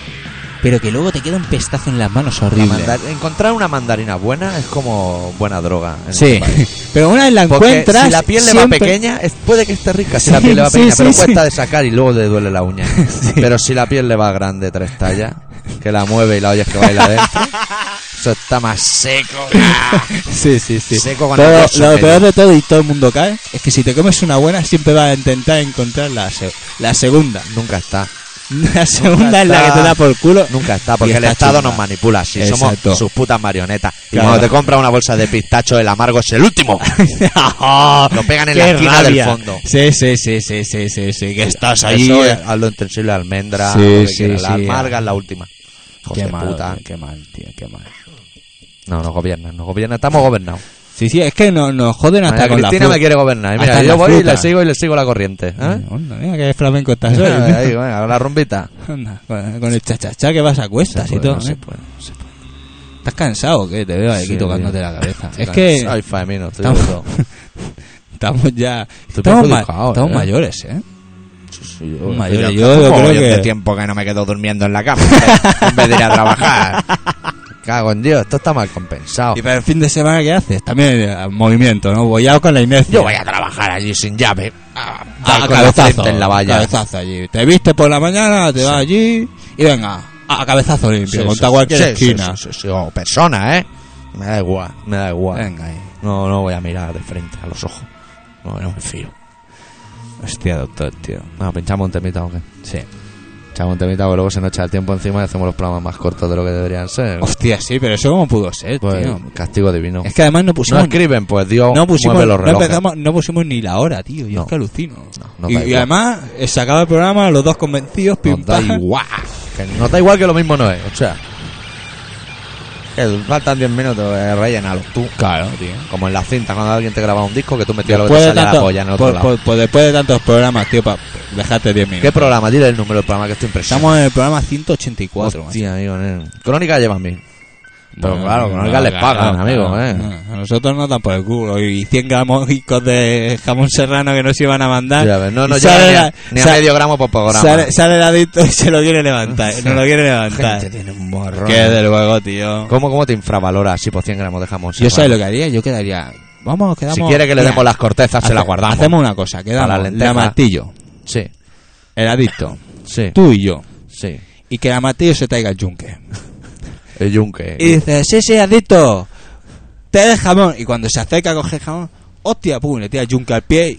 [SPEAKER 1] pero que luego te queda un pestazo en las manos
[SPEAKER 2] La
[SPEAKER 1] horrible.
[SPEAKER 2] mandar- encontrar una mandarina buena es como buena droga. en
[SPEAKER 1] Sí,
[SPEAKER 2] este país.
[SPEAKER 1] pero una vez la
[SPEAKER 2] Porque
[SPEAKER 1] encuentras.
[SPEAKER 2] si la piel le va
[SPEAKER 1] siempre-
[SPEAKER 2] pequeña, es- puede que esté rica si la piel le va
[SPEAKER 1] Sí,
[SPEAKER 2] pequeña,
[SPEAKER 1] sí,
[SPEAKER 2] pero
[SPEAKER 1] sí,
[SPEAKER 2] cuesta
[SPEAKER 1] sí.
[SPEAKER 2] de sacar y luego le duele la uña. Pero si la piel le va grande, tres tallas, que la mueve y la oyes que baila dentro, eso está más seco.
[SPEAKER 1] Sí, sí, sí.
[SPEAKER 2] Seco con
[SPEAKER 1] Todo-
[SPEAKER 2] el dorso,
[SPEAKER 1] lo
[SPEAKER 2] pero-
[SPEAKER 1] peor de todo y todo el mundo cae es que si te comes una buena siempre vas a intentar encontrar la, se- la segunda.
[SPEAKER 2] Nunca está,
[SPEAKER 1] La segunda es la que
[SPEAKER 2] está-
[SPEAKER 1] te da por culo.
[SPEAKER 2] nunca está,
[SPEAKER 1] y
[SPEAKER 2] porque el
[SPEAKER 1] está
[SPEAKER 2] Estado
[SPEAKER 1] chunga.
[SPEAKER 2] nos manipula. Si
[SPEAKER 1] Exacto.
[SPEAKER 2] somos sus putas marionetas. Y
[SPEAKER 1] Claro.
[SPEAKER 2] cuando te compras una bolsa de pistacho, el amargo es el último. Lo pegan en la
[SPEAKER 1] Qué
[SPEAKER 2] esquina del
[SPEAKER 1] rabia.
[SPEAKER 2] fondo. eh,
[SPEAKER 1] Sí, sí, sí, sí, sí, sí, sí, que estás ahí. eh.
[SPEAKER 2] Eso es Aldo intensible, almendra,
[SPEAKER 1] Sí,
[SPEAKER 2] lo que
[SPEAKER 1] sí,
[SPEAKER 2] quieras. la
[SPEAKER 1] sí.
[SPEAKER 2] amarga es la última. Hijos
[SPEAKER 1] Qué
[SPEAKER 2] de
[SPEAKER 1] mal,
[SPEAKER 2] puta.
[SPEAKER 1] qué mal, tío, qué mal.
[SPEAKER 2] No, nos gobiernan, nos gobiernan, estamos gobernados.
[SPEAKER 1] Sí, sí, es que no- nos joden hasta
[SPEAKER 2] María
[SPEAKER 1] con la
[SPEAKER 2] Cristina
[SPEAKER 1] fruta.
[SPEAKER 2] me quiere gobernar. Y mira,
[SPEAKER 1] Hasta
[SPEAKER 2] yo
[SPEAKER 1] la
[SPEAKER 2] voy y
[SPEAKER 1] fruta.
[SPEAKER 2] le sigo y le sigo la corriente. ¿eh?
[SPEAKER 1] Eh, onda, mira qué flamenco estás hoy.
[SPEAKER 2] Ahí, venga, la rumbita.
[SPEAKER 1] Anda, con con el chachachá que vas a cuestas y
[SPEAKER 2] Pues
[SPEAKER 1] todo.
[SPEAKER 2] no se
[SPEAKER 1] ¿eh?
[SPEAKER 2] puede, no se puede.
[SPEAKER 1] ¿Estás cansado o qué? Te veo aquí
[SPEAKER 2] Sí,
[SPEAKER 1] tocándote
[SPEAKER 2] tío.
[SPEAKER 1] la cabeza.
[SPEAKER 2] Estoy
[SPEAKER 1] es que
[SPEAKER 2] cansado y faemino, estoy
[SPEAKER 1] estamos-
[SPEAKER 2] todo.
[SPEAKER 1] estamos ya...
[SPEAKER 2] Estoy
[SPEAKER 1] Estamos, ma-
[SPEAKER 2] perjudicado,
[SPEAKER 1] estamos
[SPEAKER 2] ¿eh?
[SPEAKER 1] mayores, ¿eh?
[SPEAKER 2] Sí, yo-
[SPEAKER 1] Mayor,
[SPEAKER 2] ya-
[SPEAKER 1] yo
[SPEAKER 2] ¿cómo
[SPEAKER 1] creo
[SPEAKER 2] voy?
[SPEAKER 1] que-
[SPEAKER 2] Hace tiempo que no me quedo durmiendo en la cama en vez de ir a trabajar. Cago en Dios, esto está mal compensado.
[SPEAKER 1] Y para el fin de semana, ¿qué haces? También eh, movimiento, ¿no? Bollado con la inercia.
[SPEAKER 2] Yo voy a trabajar allí sin llave. A,
[SPEAKER 1] Ah,
[SPEAKER 2] dar con la
[SPEAKER 1] cabezazo,
[SPEAKER 2] frente en la valla.
[SPEAKER 1] cabezazo allí. Te viste por la mañana, te vas allí y venga, a cabezazo limpio,
[SPEAKER 2] Sí,
[SPEAKER 1] contra
[SPEAKER 2] sí,
[SPEAKER 1] cualquier
[SPEAKER 2] sí,
[SPEAKER 1] esquina.
[SPEAKER 2] sí, sí, sí, O persona, ¿eh? Me da igual, me da igual.
[SPEAKER 1] Venga ahí.
[SPEAKER 2] No, no voy a mirar de frente a los ojos. No, no me fío.
[SPEAKER 1] Hostia, doctor, tío.
[SPEAKER 2] No, pinchamos Ah, pues un temita, aunque.
[SPEAKER 1] Sí.
[SPEAKER 2] Pinchamos un temita, porque luego se nos echa el tiempo encima y hacemos los programas más cortos de lo que deberían ser.
[SPEAKER 1] Hostia, sí, pero eso cómo pudo ser,
[SPEAKER 2] Pues,
[SPEAKER 1] tío.
[SPEAKER 2] castigo divino.
[SPEAKER 1] Es que además no
[SPEAKER 2] no
[SPEAKER 1] pusimos...
[SPEAKER 2] escriben, pues Dios
[SPEAKER 1] no pusimos,
[SPEAKER 2] mueve los
[SPEAKER 1] no,
[SPEAKER 2] relojes.
[SPEAKER 1] empezamos- no pusimos ni la hora, tío. Yo
[SPEAKER 2] No.
[SPEAKER 1] es que alucino.
[SPEAKER 2] no
[SPEAKER 1] y,
[SPEAKER 2] da
[SPEAKER 1] y
[SPEAKER 2] igual.
[SPEAKER 1] además, eh, se acaba el programa, los dos convencidos, pim,
[SPEAKER 2] Nos da
[SPEAKER 1] pam.
[SPEAKER 2] igual. Que nos da igual que lo mismo no es. O sea, que faltan 10 minutos, eh, rellenalo tú.
[SPEAKER 1] Claro, tío.
[SPEAKER 2] Como en las cintas, cuando alguien te grababa un disco, que tú metías lo que
[SPEAKER 1] Después
[SPEAKER 2] te
[SPEAKER 1] de,
[SPEAKER 2] salía la
[SPEAKER 1] tanto-
[SPEAKER 2] polla en el otro
[SPEAKER 1] por-
[SPEAKER 2] lado.
[SPEAKER 1] por- por después de tantos programas, tío, para dejarte 10
[SPEAKER 2] ¿Qué
[SPEAKER 1] minutos.
[SPEAKER 2] programa? Dile el número del programa que estoy impresionado.
[SPEAKER 1] Estamos en el programa 184. macho.
[SPEAKER 2] Hostia, amigo, nene. Crónica lleva a mí. Pero
[SPEAKER 1] Bueno,
[SPEAKER 2] claro, con Olga les
[SPEAKER 1] claro,
[SPEAKER 2] pagan,
[SPEAKER 1] claro,
[SPEAKER 2] amigo,
[SPEAKER 1] claro.
[SPEAKER 2] eh.
[SPEAKER 1] A nosotros no dan por el culo. Y 100 gramos de jamón serrano que nos iban a mandar.
[SPEAKER 2] Ya ves, no, no
[SPEAKER 1] Ah, Y
[SPEAKER 2] llega
[SPEAKER 1] sale
[SPEAKER 2] ni a,
[SPEAKER 1] la-
[SPEAKER 2] ni a
[SPEAKER 1] sa-
[SPEAKER 2] medio gramo por programa.
[SPEAKER 1] Sale, sale el adicto y se lo quiere levantar. No lo quiere levantar.
[SPEAKER 2] Gente tiene un morrón.
[SPEAKER 1] Que
[SPEAKER 2] ¿eh?
[SPEAKER 1] de luego, tío.
[SPEAKER 2] ¿Cómo, ¿Cómo te infravaloras si por 100 gramos de jamón?
[SPEAKER 1] Yo
[SPEAKER 2] serrano?
[SPEAKER 1] sabes lo que haría, yo quedaría. Vamos, quedamos.
[SPEAKER 2] Si quiere que le
[SPEAKER 1] Mira,
[SPEAKER 2] demos las cortezas, se
[SPEAKER 1] hace-
[SPEAKER 2] las guardamos.
[SPEAKER 1] Hacemos una cosa,
[SPEAKER 2] Para
[SPEAKER 1] quedamos.
[SPEAKER 2] la
[SPEAKER 1] La,
[SPEAKER 2] lenteja.
[SPEAKER 1] martillo,
[SPEAKER 2] Sí,
[SPEAKER 1] el adicto,
[SPEAKER 2] sí,
[SPEAKER 1] tú y yo.
[SPEAKER 2] sí.
[SPEAKER 1] Y que la martillo se traiga el yunque.
[SPEAKER 2] El yunque.
[SPEAKER 1] Y dice, sí, sí, adicto, te da el jamón. Y cuando se acerca a coger jamón, hostia, pum, le tira el yunque al pie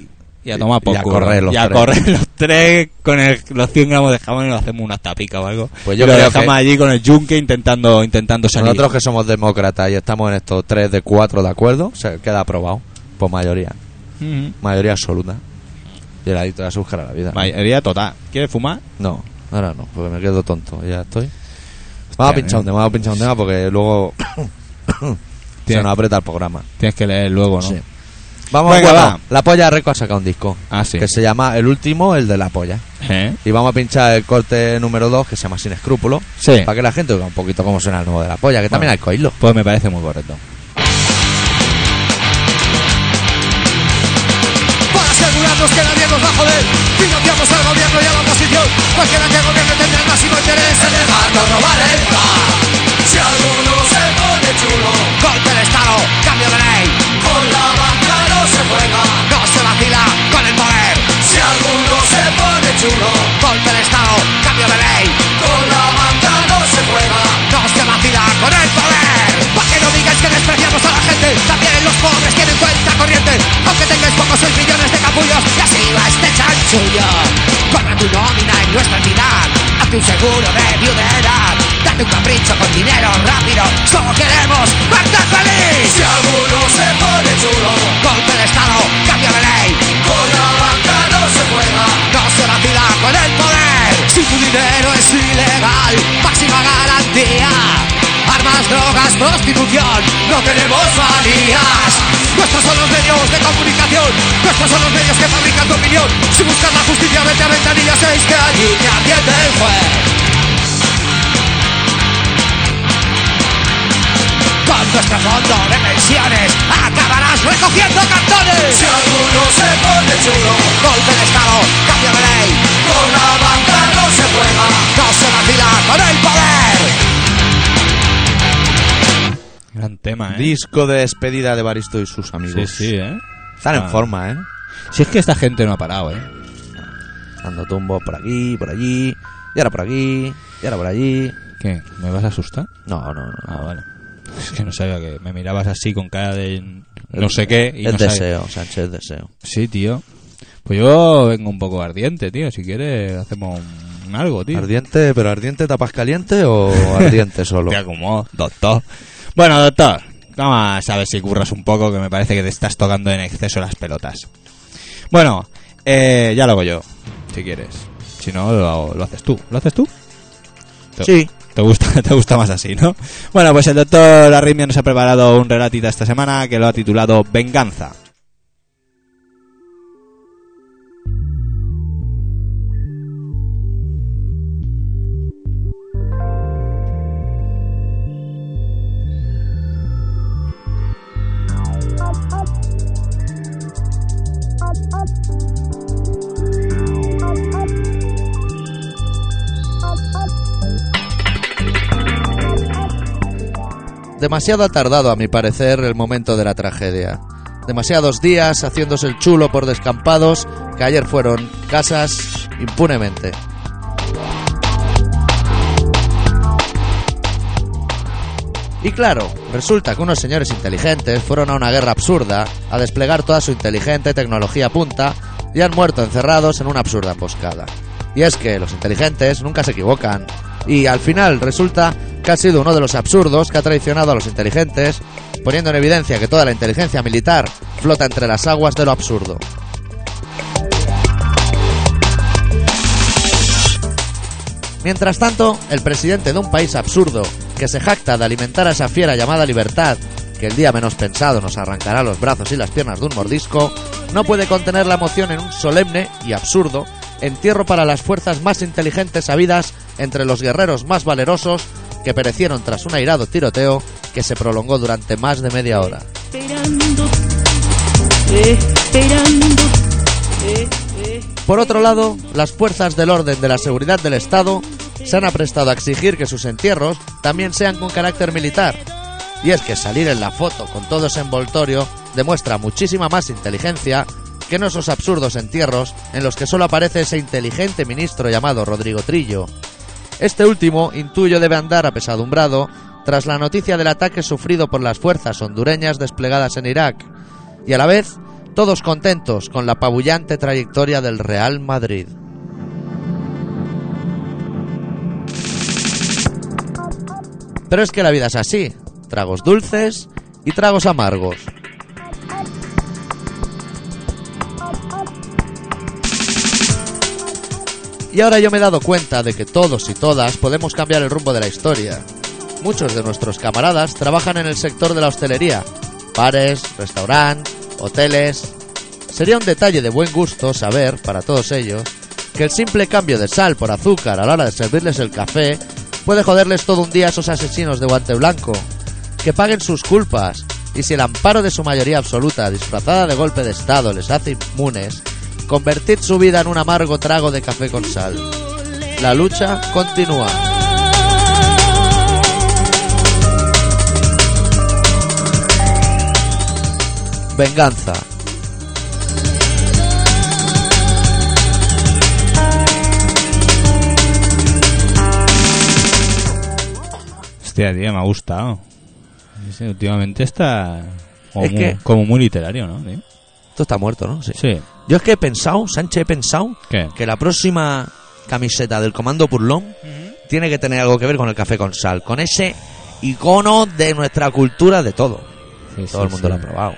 [SPEAKER 1] y, y a tomar
[SPEAKER 2] Y- y
[SPEAKER 1] por
[SPEAKER 2] a
[SPEAKER 1] culo.
[SPEAKER 2] correr los
[SPEAKER 1] y a
[SPEAKER 2] tres.
[SPEAKER 1] correr los tres con el- los 100 gramos de jamón y nos hacemos una tapica o algo.
[SPEAKER 2] Pues yo
[SPEAKER 1] y lo
[SPEAKER 2] creo
[SPEAKER 1] dejamos
[SPEAKER 2] que-
[SPEAKER 1] allí con el yunque intentando, intentando salir.
[SPEAKER 2] Nosotros que somos demócratas y estamos en estos 3 de 4 de acuerdo, se queda aprobado. Por mayoría.
[SPEAKER 1] Ujú.
[SPEAKER 2] Mayoría absoluta. Y el adicto ya se buscará la vida.
[SPEAKER 1] Mayoría total. ¿Quieres fumar?
[SPEAKER 2] No, ahora no, porque me quedo tonto, ya estoy. Vamos a
[SPEAKER 1] Hostia,
[SPEAKER 2] pinchar
[SPEAKER 1] nen.
[SPEAKER 2] un tema, vamos a pinchar un tema porque luego se
[SPEAKER 1] Tienes-
[SPEAKER 2] nos aprieta el programa.
[SPEAKER 1] Tienes que leer luego, ¿no?
[SPEAKER 2] Sí. Vamos
[SPEAKER 1] Venga,
[SPEAKER 2] a
[SPEAKER 1] va.
[SPEAKER 2] La Polla Record ha sacado un disco
[SPEAKER 1] Ah, sí.
[SPEAKER 2] que se llama El último, el de la polla.
[SPEAKER 1] ¿Eh?
[SPEAKER 2] Y vamos a pinchar el corte número 2 que se llama Sin Escrúpulo.
[SPEAKER 1] Sí.
[SPEAKER 2] Para que la gente oiga un poquito cómo suena el nuevo de la polla, que también hay que oírlo.
[SPEAKER 1] Pues me parece muy correcto.
[SPEAKER 4] Para asegurarnos que nadie nos va a joder Financiamos al gobierno y a la oposición Cualquiera que gobierne tendrá el máximo interés En dejarnos robar el pan Si alguno se pone chulo Golpe de estado, cambio de ley Con la banca no se juega No se vacila con el poder Si alguno se pone chulo Golpe de estado, cambio de ley Con la banca no se juega No se vacila con el poder Para que no digas que despreciamos a la gente También los pobres tienen cuenta corriente aunque tengáis pocos sois millones de capullos Y así va este chanchullo Con
[SPEAKER 3] nuestra entidad. Hazte un seguro de viudedad. Date un capricho con dinero rápido. Solo queremos verte feliz.
[SPEAKER 4] Si alguno se pone chulo,
[SPEAKER 3] Golpe de Estado, cambio de ley.
[SPEAKER 4] con la banca no se juega.
[SPEAKER 3] No se vacila con el poder. Si tu dinero es ilegal, máxima garantía. Armas, drogas, prostitución, no tenemos valías. Nuestros son los medios de comunicación, nuestros son los medios que fabrican tu opinión. Si buscas la justicia, vete a ventanilla 6 que allí te atiende el juez. Con nuestro fondo de pensiones acabarás recogiendo cartones.
[SPEAKER 4] Si alguno se pone chulo,
[SPEAKER 3] Golpe de Estado, cambio de ley.
[SPEAKER 4] con la banca no se juega.
[SPEAKER 3] No se vacila con el poder.
[SPEAKER 1] Gran tema, ¿eh?
[SPEAKER 2] Disco de despedida de Baristo y sus
[SPEAKER 1] Sí,
[SPEAKER 2] amigos.
[SPEAKER 1] sí, ¿eh?
[SPEAKER 2] Están
[SPEAKER 1] Ah.
[SPEAKER 2] en forma, ¿eh?
[SPEAKER 1] Si es que esta gente no ha parado, ¿eh?
[SPEAKER 2] Dando tumbos por aquí, por allí, y ahora por aquí, y ahora por allí.
[SPEAKER 1] ¿Qué? ¿Me vas a asustar?
[SPEAKER 2] No, no, no.
[SPEAKER 1] Ah, vale. Es que no sabía que me mirabas así con cara de no sé qué y
[SPEAKER 2] es
[SPEAKER 1] no sabía.
[SPEAKER 2] deseo, Sánchez, es deseo.
[SPEAKER 1] Sí, tío. Pues yo vengo un poco ardiente, tío. Si quieres, hacemos un- un algo, tío.
[SPEAKER 2] ¿Ardiente, pero ardiente tapas caliente o ardiente solo?
[SPEAKER 1] Te acomodo, doctor. Bueno, doctor, vamos a ver si curras un poco, que me parece que te estás tocando en exceso las pelotas. Bueno, eh, ya lo hago yo, si quieres. Si no, lo, hago- lo haces tú. ¿Lo haces tú?
[SPEAKER 2] Sí.
[SPEAKER 1] Te gusta, te gusta más así, ¿no? Bueno, pues el doctor Arrimio nos ha preparado un relatito esta semana que lo ha titulado Venganza.
[SPEAKER 2] Demasiado ha tardado, a mi parecer, el momento de la tragedia. Demasiados días haciéndose el chulo por descampados que ayer fueron casas impunemente. Y claro, resulta que unos señores inteligentes fueron a una guerra absurda, a desplegar toda su inteligente tecnología punta y han muerto encerrados en una absurda emboscada. Y es que los inteligentes nunca se equivocan. Y al final resulta que ha sido uno de los absurdos que ha traicionado a los inteligentes, poniendo en evidencia que toda la inteligencia militar flota entre las aguas de lo absurdo. Mientras tanto, el presidente de un país absurdo, que se jacta de alimentar a esa fiera llamada libertad, que el día menos pensado nos arrancará los brazos y las piernas de un mordisco, no puede contener la emoción en un solemne y absurdo entierro para las fuerzas más inteligentes habidas entre los guerreros más valerosos que perecieron tras un airado tiroteo que se prolongó durante más de media hora.
[SPEAKER 5] Esperando, esperando, eh, eh.
[SPEAKER 2] Por otro lado, las fuerzas del orden de la seguridad del Estado se han aprestado a exigir que sus entierros también sean con carácter militar. Y es que salir en la foto con todo ese envoltorio demuestra muchísima más inteligencia que en esos absurdos entierros en los que solo aparece ese inteligente ministro llamado Rodrigo Trillo. Este último intuyo debe andar apesadumbrado tras la noticia del ataque sufrido por las fuerzas hondureñas desplegadas en Irak, y a la vez todos contentos con la apabullante trayectoria del Real Madrid. Pero es que la vida es así, tragos dulces y tragos amargos. Y ahora yo me he dado cuenta de que todos y todas podemos cambiar el rumbo de la historia. Muchos de nuestros camaradas trabajan en el sector de la hostelería, bares, restaurantes, hoteles. Sería un detalle de buen gusto saber, para todos ellos, que el simple cambio de sal por azúcar a la hora de servirles el café puede joderles todo un día a esos asesinos de guante blanco. Que paguen sus culpas y si el amparo de su mayoría absoluta disfrazada de golpe de Estado les hace inmunes, convertid su vida en un amargo trago de café con sal. La lucha continúa. Venganza.
[SPEAKER 1] Hostia, tío, me ha gustado. Sí, últimamente está como,
[SPEAKER 2] Es
[SPEAKER 1] muy,
[SPEAKER 2] que-
[SPEAKER 1] como muy literario, ¿no? tío?
[SPEAKER 2] Esto está muerto, ¿no?
[SPEAKER 1] Sí.
[SPEAKER 2] Yo es que he pensado, Sánchez, he pensado
[SPEAKER 1] ¿Qué?
[SPEAKER 2] que la próxima camiseta del Comando Purlón tiene que tener algo que ver con el café con sal, con ese icono de nuestra cultura de todo.
[SPEAKER 1] Sí,
[SPEAKER 2] Todo
[SPEAKER 1] sí,
[SPEAKER 2] el mundo
[SPEAKER 1] sí.
[SPEAKER 2] lo ha probado.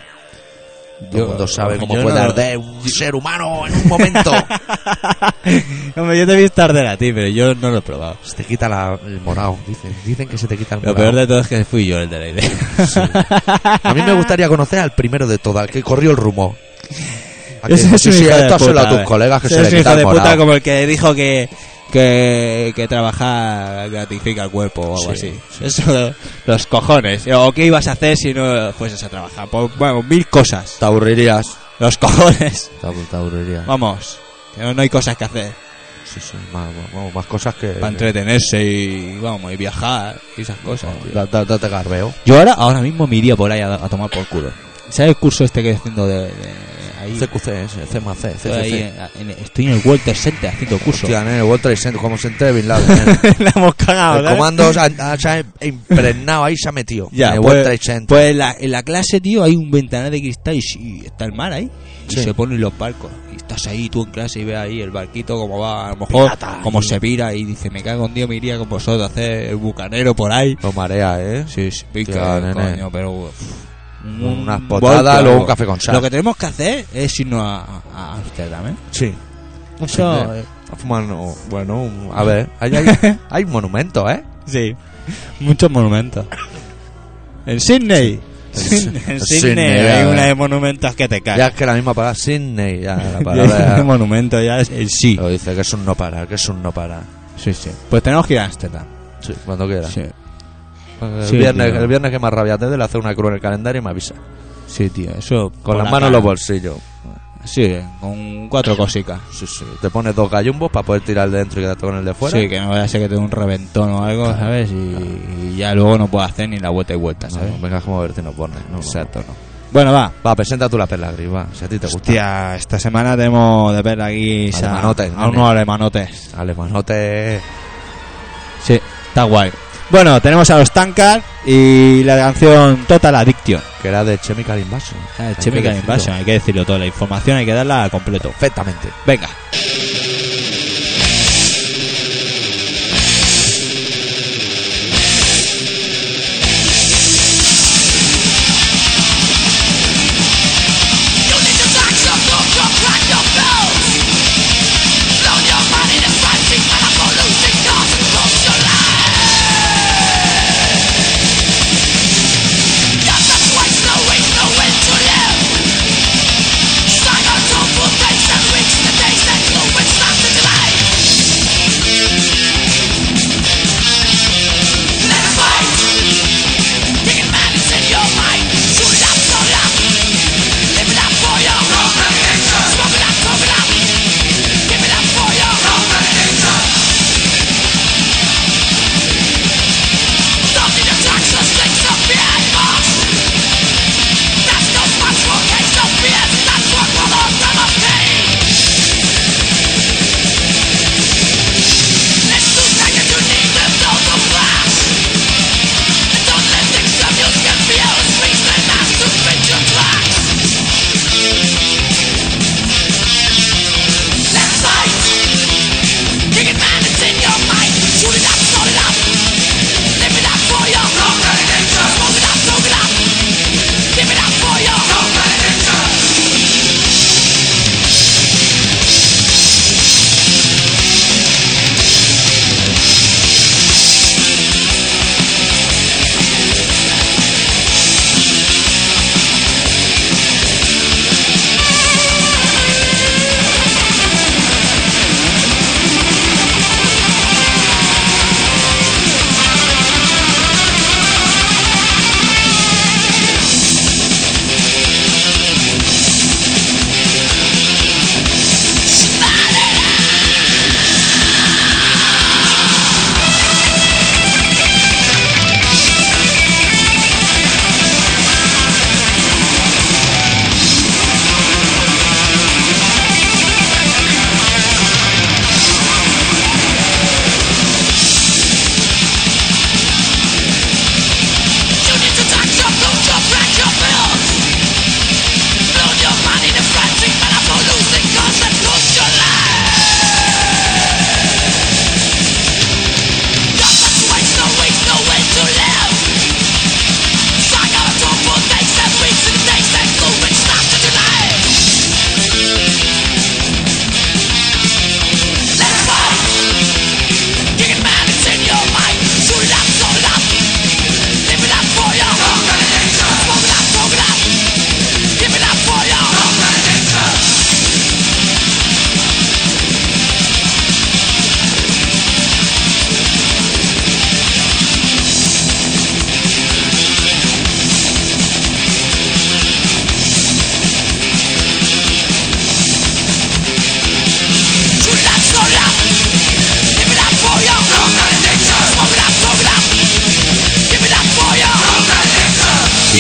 [SPEAKER 2] Todo
[SPEAKER 1] Yo-
[SPEAKER 2] el mundo sabe cómo
[SPEAKER 1] yo
[SPEAKER 2] puede
[SPEAKER 1] no-
[SPEAKER 2] arder un ser humano en un momento.
[SPEAKER 1] Hombre, yo te he visto arder a ti, pero yo no lo he probado.
[SPEAKER 2] se te quita la- el morado, dicen. Dicen que se te quita el
[SPEAKER 1] Lo
[SPEAKER 2] morado.
[SPEAKER 1] peor de todo es que fui yo el de la idea.
[SPEAKER 2] A mí me gustaría conocer al primero de todas, al que corrió el rumor. A que-
[SPEAKER 1] Ese es
[SPEAKER 2] sí,
[SPEAKER 1] un
[SPEAKER 2] sí,
[SPEAKER 1] hijo de
[SPEAKER 2] esto
[SPEAKER 1] puta,
[SPEAKER 2] hazlo a tus
[SPEAKER 1] eh.
[SPEAKER 2] colegas que
[SPEAKER 1] Ese
[SPEAKER 2] se
[SPEAKER 1] es
[SPEAKER 2] le
[SPEAKER 1] un
[SPEAKER 2] quita
[SPEAKER 1] hijo
[SPEAKER 2] el
[SPEAKER 1] de puta
[SPEAKER 2] morado.
[SPEAKER 1] como el que dijo que, que, que trabajar gratifica al cuerpo o algo
[SPEAKER 2] Sí,
[SPEAKER 1] así. Eso, los cojones. O qué ibas a hacer si no fueses a trabajar. Pues, bueno, mil cosas.
[SPEAKER 2] Te aburrirías.
[SPEAKER 1] Los cojones.
[SPEAKER 2] Te abu- te aburrirías.
[SPEAKER 1] Vamos. que no, no hay cosas que hacer
[SPEAKER 2] Sí, sí, más, vamos, más cosas que...
[SPEAKER 1] para entretenerse y vamos y viajar y esas cosas. tío.
[SPEAKER 2] Da- da- Date garbeo.
[SPEAKER 1] Yo ahora ahora mismo me iría por ahí a, a tomar por culo. ¿Sabes el curso este que estoy haciendo de, de- ahí?
[SPEAKER 2] CQC, ese, C más C,
[SPEAKER 1] Estoy, Pues ahí eh.
[SPEAKER 2] CCC.
[SPEAKER 1] en- en- estoy en el Walter Center haciendo curso.
[SPEAKER 2] Hostia, nene, World Trade Center, como se entere Bin Laden, nene.
[SPEAKER 1] La hemos cagado, ¿eh?
[SPEAKER 2] El
[SPEAKER 1] ¿sabes?
[SPEAKER 2] comando se ha, se ha impregnado ahí, se ha metido.
[SPEAKER 1] Ya,
[SPEAKER 2] en el World Trade
[SPEAKER 1] pues,
[SPEAKER 2] Center.
[SPEAKER 1] pues en, la, en la clase, tío, hay un ventanal de cristal y, sí, está el mar ahí. Y
[SPEAKER 2] Sí.
[SPEAKER 1] se ponen los barcos. Y estás ahí tú en clase y ves ahí el barquito como va, a lo mejor, como se pira. Y dice, me cago en Dios, me iría con vosotros a hacer el bucanero por ahí.
[SPEAKER 2] Lo marea, ¿eh?
[SPEAKER 1] pues- Sí, sí,
[SPEAKER 2] Tía,
[SPEAKER 1] pica,
[SPEAKER 2] nene.
[SPEAKER 1] coño, pero... uf, un
[SPEAKER 2] Unas potadas,
[SPEAKER 1] golpe,
[SPEAKER 2] luego un
[SPEAKER 1] algo.
[SPEAKER 2] café con sal.
[SPEAKER 1] Lo que tenemos que hacer es irnos a, a Amsterdam, ¿eh?
[SPEAKER 2] Sí.
[SPEAKER 1] Eso, eh,
[SPEAKER 2] Bueno, bueno, un- a ver, ahí hay, hay monumentos, ¿eh?
[SPEAKER 1] sí. Muchos monumentos. En Sydney.
[SPEAKER 2] Sydney.
[SPEAKER 1] En
[SPEAKER 2] En
[SPEAKER 1] Sydney
[SPEAKER 2] Sydney,
[SPEAKER 1] hay
[SPEAKER 2] ya.
[SPEAKER 1] una de monumentos que te cae.
[SPEAKER 2] Ya es que la misma palabra Sydney, ya la
[SPEAKER 1] Ya,
[SPEAKER 2] palabra
[SPEAKER 1] el monumento ya es el sí.
[SPEAKER 2] lo dice, que es un no para, que es un no para.
[SPEAKER 1] Sí, sí. Pues tenemos que ir a Amsterdam.
[SPEAKER 2] Sí, cuando quiera.
[SPEAKER 1] Sí.
[SPEAKER 2] El,
[SPEAKER 1] Sí,
[SPEAKER 2] viernes,
[SPEAKER 1] tío.
[SPEAKER 2] el viernes que más rabia te dé, le hace una cruz en el calendario y me avisa.
[SPEAKER 1] sí, tío. Eso. por
[SPEAKER 2] Con las
[SPEAKER 1] la
[SPEAKER 2] manos en
[SPEAKER 1] cara.
[SPEAKER 2] los bolsillos.
[SPEAKER 1] Sí, con cuatro cositas.
[SPEAKER 2] Sí, sí. Te pones dos gallumbos para poder tirar el de dentro y quedarte con el de fuera.
[SPEAKER 1] Sí, que no vaya a ser que te dé un reventón o algo,
[SPEAKER 2] Claro,
[SPEAKER 1] ¿sabes? Y, y ya luego no puedo hacer ni la vuelta y vuelta,
[SPEAKER 2] No,
[SPEAKER 1] ¿sabes?
[SPEAKER 2] no, vengas como a verte no pones. No, no.
[SPEAKER 1] Exacto, no. Bueno, va.
[SPEAKER 2] Va, presenta tú la perla gris, va, si a ti te gusta.
[SPEAKER 1] Hostia, esta semana tenemos de ver aquí a-
[SPEAKER 2] Alemanotes,
[SPEAKER 1] a unos
[SPEAKER 2] nene.
[SPEAKER 1] alemanotes.
[SPEAKER 2] pues Alemanote.
[SPEAKER 1] Sí, está guay. Bueno, tenemos a los Tankard y la canción Total Addiction.
[SPEAKER 2] que era Ah, de Chemical Invasion. Hay que
[SPEAKER 1] Ah, Chemical
[SPEAKER 2] decirlo.
[SPEAKER 1] Invasion, hay que decirlo todo. La información hay que darla completo.
[SPEAKER 2] Perfectamente.
[SPEAKER 1] Venga.
[SPEAKER 4] Sign our total and reach the days that you would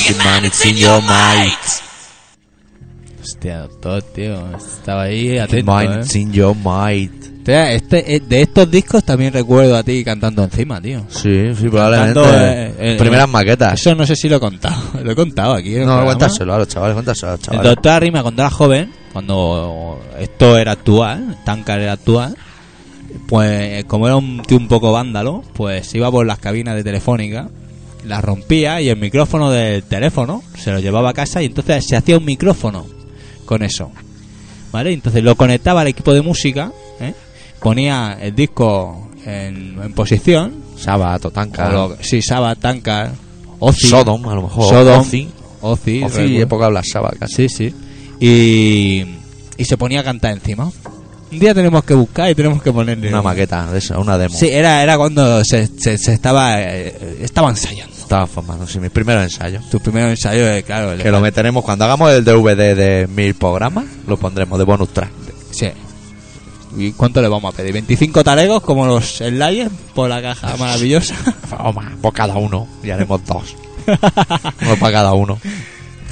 [SPEAKER 2] Your man, it's in your mind.
[SPEAKER 1] Hostia, doctor, tío. Estaba ahí
[SPEAKER 2] Your
[SPEAKER 1] atento.
[SPEAKER 2] mind,
[SPEAKER 1] ¿eh?
[SPEAKER 2] it's in your mind.
[SPEAKER 1] Hostia, este, eh, de estos discos también recuerdo a ti cantando encima, tío.
[SPEAKER 2] Sí, sí,
[SPEAKER 1] Cantando,
[SPEAKER 2] probablemente.
[SPEAKER 1] eh, eh,
[SPEAKER 2] Primeras
[SPEAKER 1] eh,
[SPEAKER 2] maquetas.
[SPEAKER 1] Eso no sé si lo he contado. Lo he contado aquí. en el
[SPEAKER 2] No,
[SPEAKER 1] programa.
[SPEAKER 2] cuéntaselo a los chavales, cuéntaselo a los
[SPEAKER 1] El
[SPEAKER 2] chavales.
[SPEAKER 1] doctor Arrima, cuando era joven, cuando esto era actual, Tancar era actual, pues como era un tío un poco vándalo, pues iba por las cabinas de telefónica, las rompía y el micrófono del teléfono se lo llevaba a casa y entonces se hacía un micrófono con eso. ¿Vale? Entonces lo conectaba al equipo de música, ¿eh? ponía el disco en, en posición,
[SPEAKER 2] Sabato,
[SPEAKER 1] o
[SPEAKER 2] Tanca.
[SPEAKER 1] lo- si Saba, Tancar, Ozzy,
[SPEAKER 2] Sodom, a lo mejor.
[SPEAKER 1] Sodom,
[SPEAKER 2] Ozzy.
[SPEAKER 1] Ozzy,
[SPEAKER 2] Ozzy,
[SPEAKER 1] recuerdo.
[SPEAKER 2] época Black Sabbath,
[SPEAKER 1] Sí,
[SPEAKER 2] casi.
[SPEAKER 1] sí. Y, y se ponía a cantar encima. Un día tenemos que buscar y tenemos que ponerle.
[SPEAKER 2] Una
[SPEAKER 1] un-
[SPEAKER 2] maqueta de esa, una demo.
[SPEAKER 1] Sí, era, era cuando se, se, se estaba eh, estaba ensayando.
[SPEAKER 2] Estaba formando, sí, mis primeros ensayos.
[SPEAKER 1] Tus primeros ensayos, eh, claro. el-
[SPEAKER 2] Que lo meteremos cuando hagamos el DVD de mil programas, lo pondremos de bonus track.
[SPEAKER 1] Sí. ¿Y cuánto le vamos a pedir? ¿25 talegos como los Slayers por la caja maravillosa? Oh,
[SPEAKER 2] Toma, por cada uno, y haremos dos. Uno para cada uno.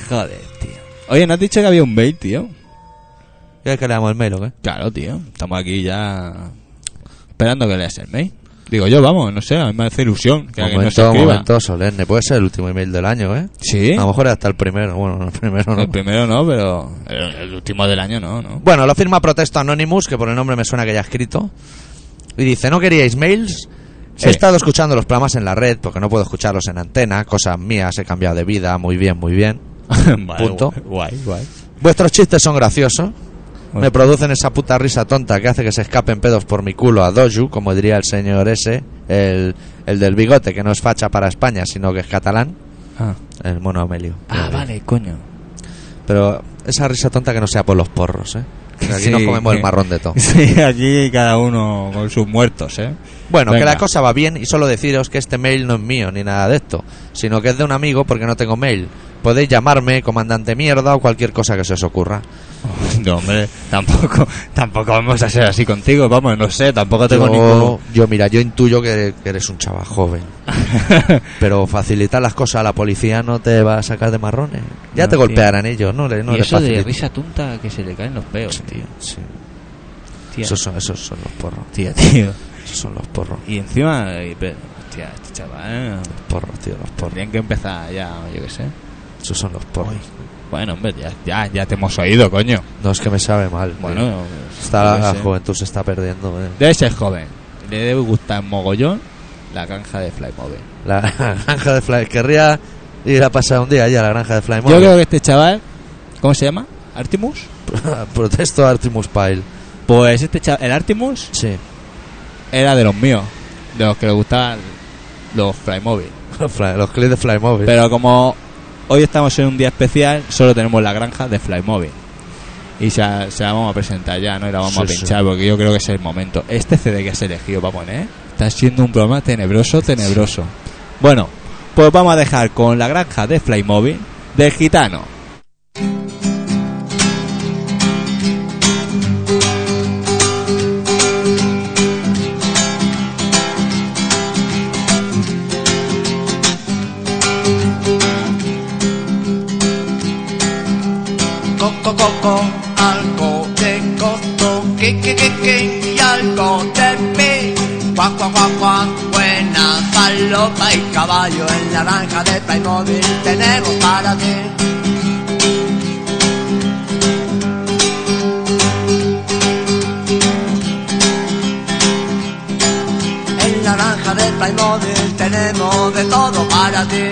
[SPEAKER 1] Joder, tío. Oye, ¿no has dicho que había un mail, tío?
[SPEAKER 2] ¿Quieres que leamos el mail o qué?
[SPEAKER 1] Claro, tío. Estamos aquí ya esperando que leas el mail. Digo yo, vamos, no sé, a mí me hace ilusión que alguien nos
[SPEAKER 2] Momento,
[SPEAKER 1] escriba.
[SPEAKER 2] momento solemne. Puede ser el último email del año, ¿eh?
[SPEAKER 1] Sí.
[SPEAKER 2] A lo mejor hasta el primero. Bueno, no, el primero no.
[SPEAKER 1] El primero no, pero el, el último del año no, ¿no?
[SPEAKER 2] Bueno, lo firma Protesto Anonymous, que por el nombre me suena que ya ha escrito. Y dice, ¿no queríais mails?
[SPEAKER 1] Sí.
[SPEAKER 2] He estado escuchando los programas en la red, porque no puedo escucharlos en antena, cosas mías, he cambiado de vida, muy bien, muy bien.
[SPEAKER 1] Vale,
[SPEAKER 2] Punto.
[SPEAKER 1] Guay, guay.
[SPEAKER 2] Vuestros chistes son graciosos.
[SPEAKER 1] Bueno.
[SPEAKER 2] Me producen esa puta risa tonta que hace que se escapen pedos por mi culo a Doju, como diría el señor ese, el, el del bigote, que no es facha para España, sino que es catalán,
[SPEAKER 1] Ah,
[SPEAKER 2] el mono Amelio.
[SPEAKER 1] vale, coño.
[SPEAKER 2] Pero esa risa tonta que no sea por los porros, ¿eh? Que aquí
[SPEAKER 1] Sí,
[SPEAKER 2] nos comemos
[SPEAKER 1] que-
[SPEAKER 2] el marrón de todo.
[SPEAKER 1] Sí, aquí cada uno con sus muertos, ¿eh?
[SPEAKER 2] Bueno,
[SPEAKER 1] Venga.
[SPEAKER 2] que la cosa va bien y solo deciros que este mail no es mío ni nada de esto, sino que es de un amigo porque no tengo mail. Podéis llamarme comandante mierda o cualquier cosa que se os ocurra.
[SPEAKER 1] No, hombre, tampoco, tampoco vamos a ser así contigo, vamos, no sé, tampoco tengo
[SPEAKER 2] yo,
[SPEAKER 1] ningún...
[SPEAKER 2] yo, mira, yo intuyo que, que eres un chaval joven. Pero facilitar las cosas a la policía no te va a sacar de marrones. Ya
[SPEAKER 6] No,
[SPEAKER 2] te
[SPEAKER 6] tío.
[SPEAKER 2] golpearán ellos, no, le, no
[SPEAKER 6] y
[SPEAKER 2] les
[SPEAKER 6] eso de
[SPEAKER 2] facilites.
[SPEAKER 6] risa tonta que se le caen los peos, tío.
[SPEAKER 2] Sí,
[SPEAKER 6] Tía,
[SPEAKER 2] Esos, son, esos son los porros.
[SPEAKER 6] tía, tío.
[SPEAKER 2] Esos son los porros.
[SPEAKER 1] Y encima, eh, pero, hostia, este chaval, eh,
[SPEAKER 2] Porros, tío, los porros.
[SPEAKER 1] tendrían que empezar ya, yo qué sé.
[SPEAKER 2] Esos son los porros.
[SPEAKER 1] Bueno, hombre, ya, ya, ya te hemos oído, coño.
[SPEAKER 2] No es que me sabe mal. tío.
[SPEAKER 1] Bueno, pues,
[SPEAKER 2] Está,
[SPEAKER 1] yo qué
[SPEAKER 2] la
[SPEAKER 1] sé.
[SPEAKER 2] juventud se está perdiendo. eh.
[SPEAKER 1] Debe ser joven. Le debe gustar mogollón la granja de Flymobile.
[SPEAKER 2] La granja de Fly. Querría ir a pasar un día allí a la granja de Fly
[SPEAKER 1] Yo creo que este chaval, ¿cómo se llama? ¿Artimus?
[SPEAKER 2] Protesto a Artimus Pyle.
[SPEAKER 1] Pues este chaval, el Artimus
[SPEAKER 2] Sí.
[SPEAKER 1] era de los míos, de los que le gustaban los Flymobile.
[SPEAKER 2] Fly- los clips de Flymobile.
[SPEAKER 1] Pero como hoy estamos en un día especial, solo tenemos la granja de Flymobile. Y se, la- se la vamos a presentar ya, ¿no? Y la vamos
[SPEAKER 2] Sí,
[SPEAKER 1] a pinchar porque yo creo que es el momento. Este CD que has elegido para poner está siendo un programa tenebroso, tenebroso. Bueno, pues vamos a dejar con la granja de Flymobile del gitano.
[SPEAKER 7] coco coco algo de coto que que que que y algo de pe cuac cuac cuac cuac buena falopa y caballo en la granja de Playmobil tenemos para ti En la granja de Playmobil tenemos de todo para ti.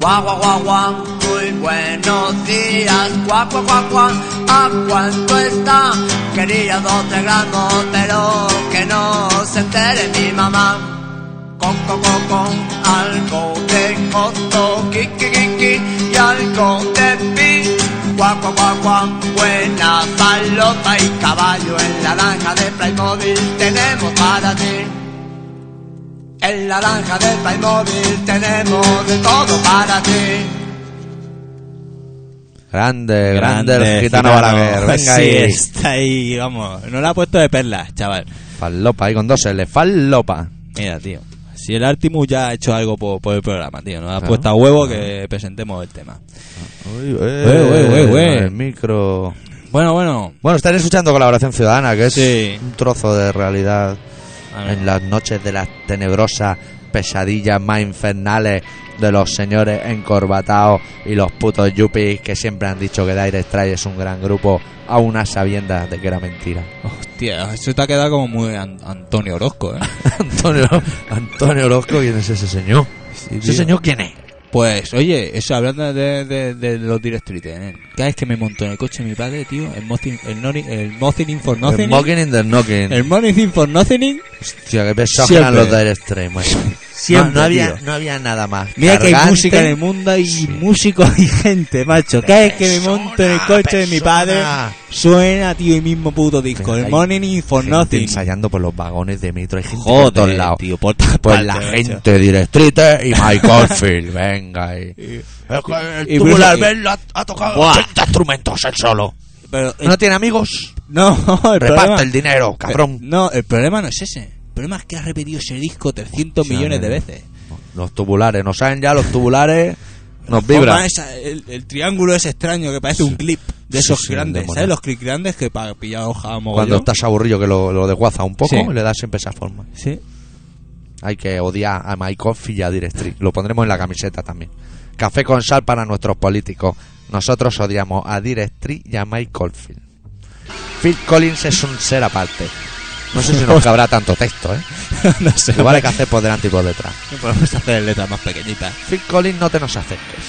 [SPEAKER 7] Guau, guau, guau, guau, muy buenos días. Guau, guau, guau, guau, ¿a cuánto está? Quería 12 gramos, pero que no se entere mi mamá. Con, con, con, con, algo de coto, ki, ki, ki, ki, y algo de pi. Guau, guau, guau, guau, buena falopa y caballo en la granja de Playmobil tenemos para ti. En la granja de Playmobil tenemos de todo para ti.
[SPEAKER 2] Grande, grande, el gitano Balaguer. Venga
[SPEAKER 1] sí,
[SPEAKER 2] ahí.
[SPEAKER 1] está ahí, vamos. No la ha puesto de perlas, chaval.
[SPEAKER 2] Falopa ahí con dos L. Falopa.
[SPEAKER 1] Mira, tío. Así Si el Artimus ya ha hecho algo por, por el programa, tío. Nos ha
[SPEAKER 2] Claro.
[SPEAKER 1] puesto a huevo que presentemos el tema.
[SPEAKER 2] Uy, uy,
[SPEAKER 1] uy, uy, uy.
[SPEAKER 2] El micro.
[SPEAKER 1] Bueno, bueno.
[SPEAKER 2] Bueno, están escuchando Colaboración Ciudadana, que es
[SPEAKER 1] Sí.
[SPEAKER 2] un trozo de realidad en las noches de las tenebrosas pesadillas más infernales de los señores encorbatados y los putos yuppies que siempre han dicho que Dire Strike es un gran grupo, a unas sabiendas de que era mentira.
[SPEAKER 1] Hostia, eso te ha quedado como muy An- Antonio Orozco, ¿eh?
[SPEAKER 2] Antonio, Antonio Orozco, ¿quién es ese señor? ¿Ese
[SPEAKER 1] tío.
[SPEAKER 2] señor quién es?
[SPEAKER 1] Pues, oye, eso hablando de, de- de los directrices, ¿eh? cada vez que me monto en el coche de mi padre, tío, el Mocin, el noni, el Mocin for
[SPEAKER 2] el
[SPEAKER 1] Nothing,
[SPEAKER 2] Mocking in the Knocking.
[SPEAKER 1] el Mocin for Nothing,
[SPEAKER 2] Hostia, qué pesados
[SPEAKER 1] Siempre.
[SPEAKER 2] eran los Dire Straits, macho.
[SPEAKER 1] Siempre,
[SPEAKER 2] no, no había,
[SPEAKER 1] tío.
[SPEAKER 2] no había nada más.
[SPEAKER 1] mira que hay
[SPEAKER 2] cargante.
[SPEAKER 1] música en el mundo y músicos y gente, macho, cada vez que me monto en el coche de mi padre,
[SPEAKER 2] Persona.
[SPEAKER 1] suena, tío, el mismo puto disco,
[SPEAKER 2] Mira,
[SPEAKER 1] el
[SPEAKER 2] hay
[SPEAKER 1] Morning for
[SPEAKER 2] gente
[SPEAKER 1] Nothing,
[SPEAKER 2] ensayando por los vagones de metro. Hay gente por todos
[SPEAKER 1] joder,
[SPEAKER 2] lados.
[SPEAKER 1] tío, por todas
[SPEAKER 2] Pues
[SPEAKER 1] partes,
[SPEAKER 2] la
[SPEAKER 1] macho.
[SPEAKER 2] gente de Dire Straits y Michael Field, venga. Y, es que el
[SPEAKER 1] y
[SPEAKER 2] tubular
[SPEAKER 1] Bruce-
[SPEAKER 2] Bell lo ha, ha tocado
[SPEAKER 1] Buah.
[SPEAKER 2] 80 instrumentos él solo.
[SPEAKER 1] Pero, eh,
[SPEAKER 2] ¿No tiene amigos?
[SPEAKER 1] no, el problema,
[SPEAKER 2] Reparte el dinero,
[SPEAKER 1] eh,
[SPEAKER 2] cabrón.
[SPEAKER 1] no, el problema no es ese, el problema es que has repetido ese disco 300
[SPEAKER 2] Sí,
[SPEAKER 1] millones de
[SPEAKER 2] no, no.
[SPEAKER 1] veces.
[SPEAKER 2] Los tubulares, nos saben ya, los tubulares nos
[SPEAKER 1] Forma
[SPEAKER 2] vibran.
[SPEAKER 1] esa- el, el triángulo es extraño que parece un clip de
[SPEAKER 2] Sí,
[SPEAKER 1] esos
[SPEAKER 2] sí,
[SPEAKER 1] grandes,
[SPEAKER 2] demonio.
[SPEAKER 1] ¿sabes? Los clips grandes que para pillar hoja
[SPEAKER 2] Cuando
[SPEAKER 1] mogollón.
[SPEAKER 2] estás aburrido que lo, lo desguaza un poco,
[SPEAKER 1] Sí.
[SPEAKER 2] le das siempre esa forma.
[SPEAKER 1] Sí.
[SPEAKER 2] Hay que odiar a Michael Field y a Dire Straits. Lo pondremos en la camiseta también. Café con sal para nuestros políticos. Nosotros odiamos a Dire Straits y a Michael Field. Phil Collins es un ser aparte. No sé si nos cabrá tanto texto, ¿eh?
[SPEAKER 1] no sé.
[SPEAKER 2] Igual hay que hacer por delante y por detrás.
[SPEAKER 1] Podemos hacer letras más pequeñitas.
[SPEAKER 2] Phil Collins, no te nos acerques.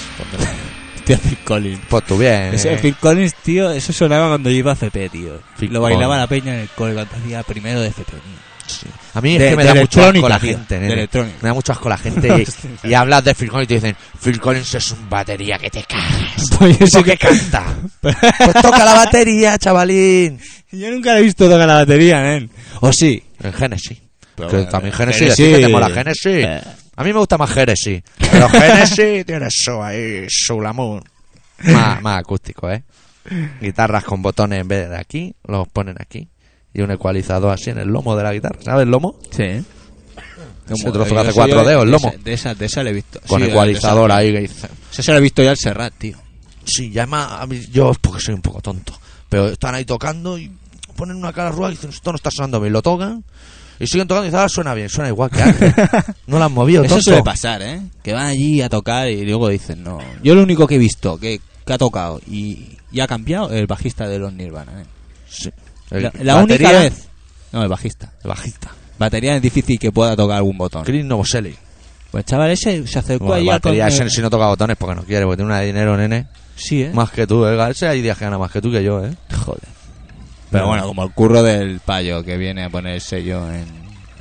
[SPEAKER 1] Tío, Phil Collins.
[SPEAKER 2] Pues tú bien.
[SPEAKER 1] Ese
[SPEAKER 2] ¿eh?
[SPEAKER 1] Phil Collins, tío, eso sonaba cuando yo iba a FP, tío.
[SPEAKER 2] Phil
[SPEAKER 1] Lo bailaba
[SPEAKER 2] Collins.
[SPEAKER 1] la peña en el cole cuando hacía primero de FP.
[SPEAKER 2] A mí es
[SPEAKER 1] De-
[SPEAKER 2] que me
[SPEAKER 1] de
[SPEAKER 2] da mucho asco
[SPEAKER 1] electrónica,
[SPEAKER 2] la
[SPEAKER 1] tío,
[SPEAKER 2] gente,
[SPEAKER 1] de
[SPEAKER 2] nene.
[SPEAKER 1] electrónica.
[SPEAKER 2] Me da mucho asco la gente. y, y hablas de Phil Collins y te dicen, Phil Collins es un batería que te cagas.
[SPEAKER 1] Pues yo sí
[SPEAKER 2] ¿Por qué
[SPEAKER 1] que-
[SPEAKER 2] canta? Pues toca la batería, chavalín.
[SPEAKER 1] Yo nunca le he visto tocar la batería, nen. O sí.
[SPEAKER 2] En Genesis.
[SPEAKER 1] Pero
[SPEAKER 2] que
[SPEAKER 1] bueno,
[SPEAKER 2] también Genesis,
[SPEAKER 1] Genesis.
[SPEAKER 2] decir que te mola Genesis.
[SPEAKER 1] Eh.
[SPEAKER 2] A mí me gusta más Genesis. Pero Genesis tiene eso ahí, su lamour. Más, más acústico, ¿eh? Guitarras con botones en vez de aquí, los ponen aquí. Y un ecualizador así en el lomo de la guitarra. ¿Sabes el lomo?
[SPEAKER 1] Sí.
[SPEAKER 2] Ese trozo que hace cuatro dedos, el lomo.
[SPEAKER 1] De esa, de esa le he visto.
[SPEAKER 2] Con
[SPEAKER 1] Sí, de
[SPEAKER 2] ecualizador ahí que dice.
[SPEAKER 1] esa- Eso se lo he visto ya al Serrat, tío.
[SPEAKER 2] Sí, ya más a mí- yo es porque soy un poco tonto. Pero están ahí tocando y ponen una cara ruda y dicen, esto no está sonando bien. Lo tocan y siguen tocando y dicen, "Ah, suena bien, suena igual que antes. No lo han movido,
[SPEAKER 1] Eso
[SPEAKER 2] tonto.
[SPEAKER 1] suele pasar, ¿eh? Que van allí a tocar y luego dicen, no. Yo lo único que he visto que, que ha tocado y, y ha cambiado el bajista de los Nirvana, ¿eh?
[SPEAKER 2] Sí.
[SPEAKER 1] La,
[SPEAKER 2] El-
[SPEAKER 1] la
[SPEAKER 2] batería,
[SPEAKER 1] única vez. No, el bajista.
[SPEAKER 2] el bajista.
[SPEAKER 1] Batería es difícil que pueda tocar algún botón.
[SPEAKER 2] Chris Novoselic.
[SPEAKER 1] Pues el chaval ese se acercó
[SPEAKER 2] Bueno, el
[SPEAKER 1] allá con...
[SPEAKER 2] batería ese
[SPEAKER 1] el-
[SPEAKER 2] si no toca botones porque no quiere, porque tiene una de dinero, nene.
[SPEAKER 1] Sí, ¿eh?
[SPEAKER 2] Más que tú, eh. Ese hay días que gana más que tú que yo, eh.
[SPEAKER 1] Joder. Pero bueno, como el curro del payo que viene a poner el sello en,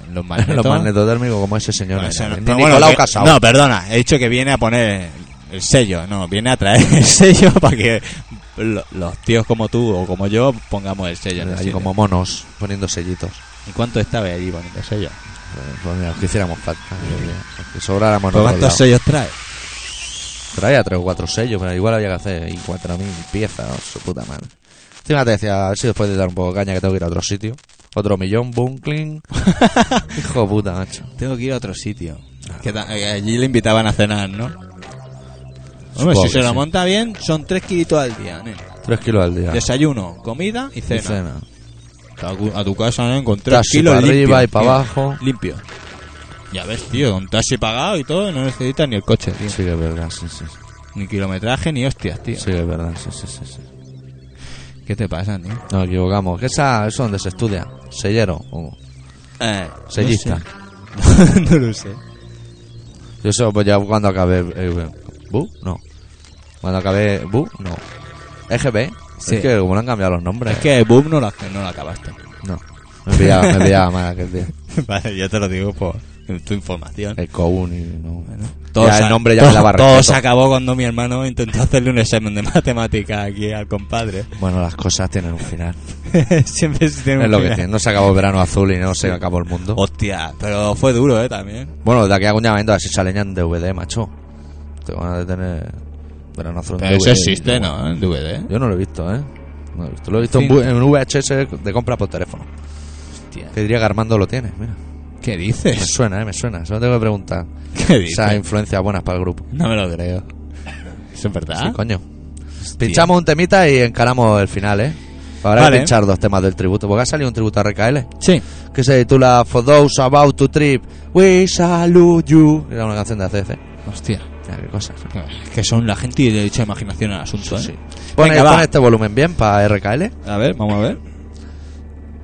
[SPEAKER 1] en los magnetos.
[SPEAKER 2] Los magnetotérmicos como ese señor.
[SPEAKER 1] No,
[SPEAKER 2] nene.
[SPEAKER 1] eso no.
[SPEAKER 2] Ni
[SPEAKER 1] Pero bueno,
[SPEAKER 2] Nicolau
[SPEAKER 1] que-
[SPEAKER 2] Casado.
[SPEAKER 1] no, perdona, he dicho que viene a poner el sello, no, viene a traer el sello para que lo- los tíos como tú o como yo pongamos el sello. en el
[SPEAKER 2] Allí
[SPEAKER 1] sitio.
[SPEAKER 2] como monos poniendo sellitos.
[SPEAKER 1] ¿Y cuánto estaba allí poniendo sello?
[SPEAKER 2] Pues mira, que hiciéramos falta. Que sobráramos
[SPEAKER 1] ¿Pero
[SPEAKER 2] nosotros
[SPEAKER 1] ¿Cuántos
[SPEAKER 2] lados.
[SPEAKER 1] sellos trae?
[SPEAKER 2] Traía tres o cuatro sellos, pero igual había que hacer y cuatro mil piezas, oh, su puta madre. Encima te decía, a ver si después de dar un poco de caña que tengo que ir a otro sitio. Otro millón, boom, cling. Hijo de puta, macho.
[SPEAKER 1] Tengo que ir a otro sitio. Que ta- eh, allí le invitaban a cenar, ¿no? Hombre,
[SPEAKER 2] Supongo
[SPEAKER 1] si
[SPEAKER 2] que
[SPEAKER 1] se lo
[SPEAKER 2] sí.
[SPEAKER 1] monta bien, son tres kilitos al día, nen.
[SPEAKER 2] Tres kilos al día.
[SPEAKER 1] Desayuno, comida y
[SPEAKER 2] Y
[SPEAKER 1] cena. A cu- A tu casa, ¿no? Con tres
[SPEAKER 2] Taxi
[SPEAKER 1] kilos
[SPEAKER 2] pa'
[SPEAKER 1] limpio,
[SPEAKER 2] arriba y pa'
[SPEAKER 1] tío.
[SPEAKER 2] abajo.
[SPEAKER 1] Limpio. Ya ves, tío, con taxi pagado y todo, no necesitas ni el coche, tío.
[SPEAKER 2] Sí que es verdad, sí, sí. sí.
[SPEAKER 1] Ni kilometraje ni hostias, tío.
[SPEAKER 2] Sí que es verdad, sí, sí, sí. sí.
[SPEAKER 1] ¿Qué te pasa, tío?
[SPEAKER 2] Nos equivocamos. ¿Qué esa, eso donde se estudia? ¿Sellero? o
[SPEAKER 1] Eh,
[SPEAKER 2] ¿Sellista?
[SPEAKER 1] No lo sé.
[SPEAKER 2] Yo eso, pues ya cuando acabé. eh, ¿Bu? No. Cuando acabé. ¿Bu? No. ¿EGB?
[SPEAKER 1] Sí.
[SPEAKER 2] Es que como le han cambiado los nombres.
[SPEAKER 1] Es que Boom no la, no la acabaste.
[SPEAKER 2] No. Me pillaba, me pillaba mal aquel día.
[SPEAKER 1] vale, yo te lo digo por tu información.
[SPEAKER 2] El Coun y no.
[SPEAKER 1] Eh, Todo
[SPEAKER 2] ya
[SPEAKER 1] se-
[SPEAKER 2] el nombre ya
[SPEAKER 1] todo-
[SPEAKER 2] me daba
[SPEAKER 1] Todo se
[SPEAKER 2] respeto.
[SPEAKER 1] acabó cuando mi hermano intentó hacerle un examen de matemática aquí al compadre.
[SPEAKER 2] Bueno, las cosas tienen un final.
[SPEAKER 1] Siempre se tiene
[SPEAKER 2] es
[SPEAKER 1] un
[SPEAKER 2] lo que
[SPEAKER 1] final.
[SPEAKER 2] tiene. No se acabó el verano azul y no se acabó el mundo.
[SPEAKER 1] Hostia, pero fue duro, eh, también.
[SPEAKER 2] Bueno, de aquí a un llamamiento a ver si salen ya en DVD, macho. Te van a detener verano azul en DVD.
[SPEAKER 1] ¿no? En DVD.
[SPEAKER 2] Yo no lo he visto, ¿eh? No lo he visto. Lo he visto
[SPEAKER 1] Sí.
[SPEAKER 2] en, vu- en un VHS de compra por teléfono.
[SPEAKER 1] Hostia.
[SPEAKER 2] Que diría que Armando lo tiene, mira.
[SPEAKER 1] ¿Qué
[SPEAKER 2] Me
[SPEAKER 1] dices?
[SPEAKER 2] suena, eh, me suena. Solo tengo que preguntar.
[SPEAKER 8] ¿Qué dices?
[SPEAKER 2] Esas influencias buenas para el grupo.
[SPEAKER 1] No me lo creo.
[SPEAKER 8] Eso es
[SPEAKER 1] ¿Ah?
[SPEAKER 8] verdad.
[SPEAKER 2] Sí, coño. Pinchamos un temita y encaramos el final, ¿eh? Ahora
[SPEAKER 8] Vale.
[SPEAKER 2] que pinchar dos temas del tributo, porque ha salido un tributo a RKL
[SPEAKER 8] Sí.
[SPEAKER 2] que se titula For Those About to Trip, We Salute You. Era una canción de ACC.
[SPEAKER 1] Hostia.
[SPEAKER 2] Mira qué cosas.
[SPEAKER 1] Es que son la gente y le he dicho imaginación al asunto, ¿eh?
[SPEAKER 2] Sí. Pone,
[SPEAKER 1] Venga, va.
[SPEAKER 2] pone este volumen bien para RKL.
[SPEAKER 1] A ver, vamos a ver.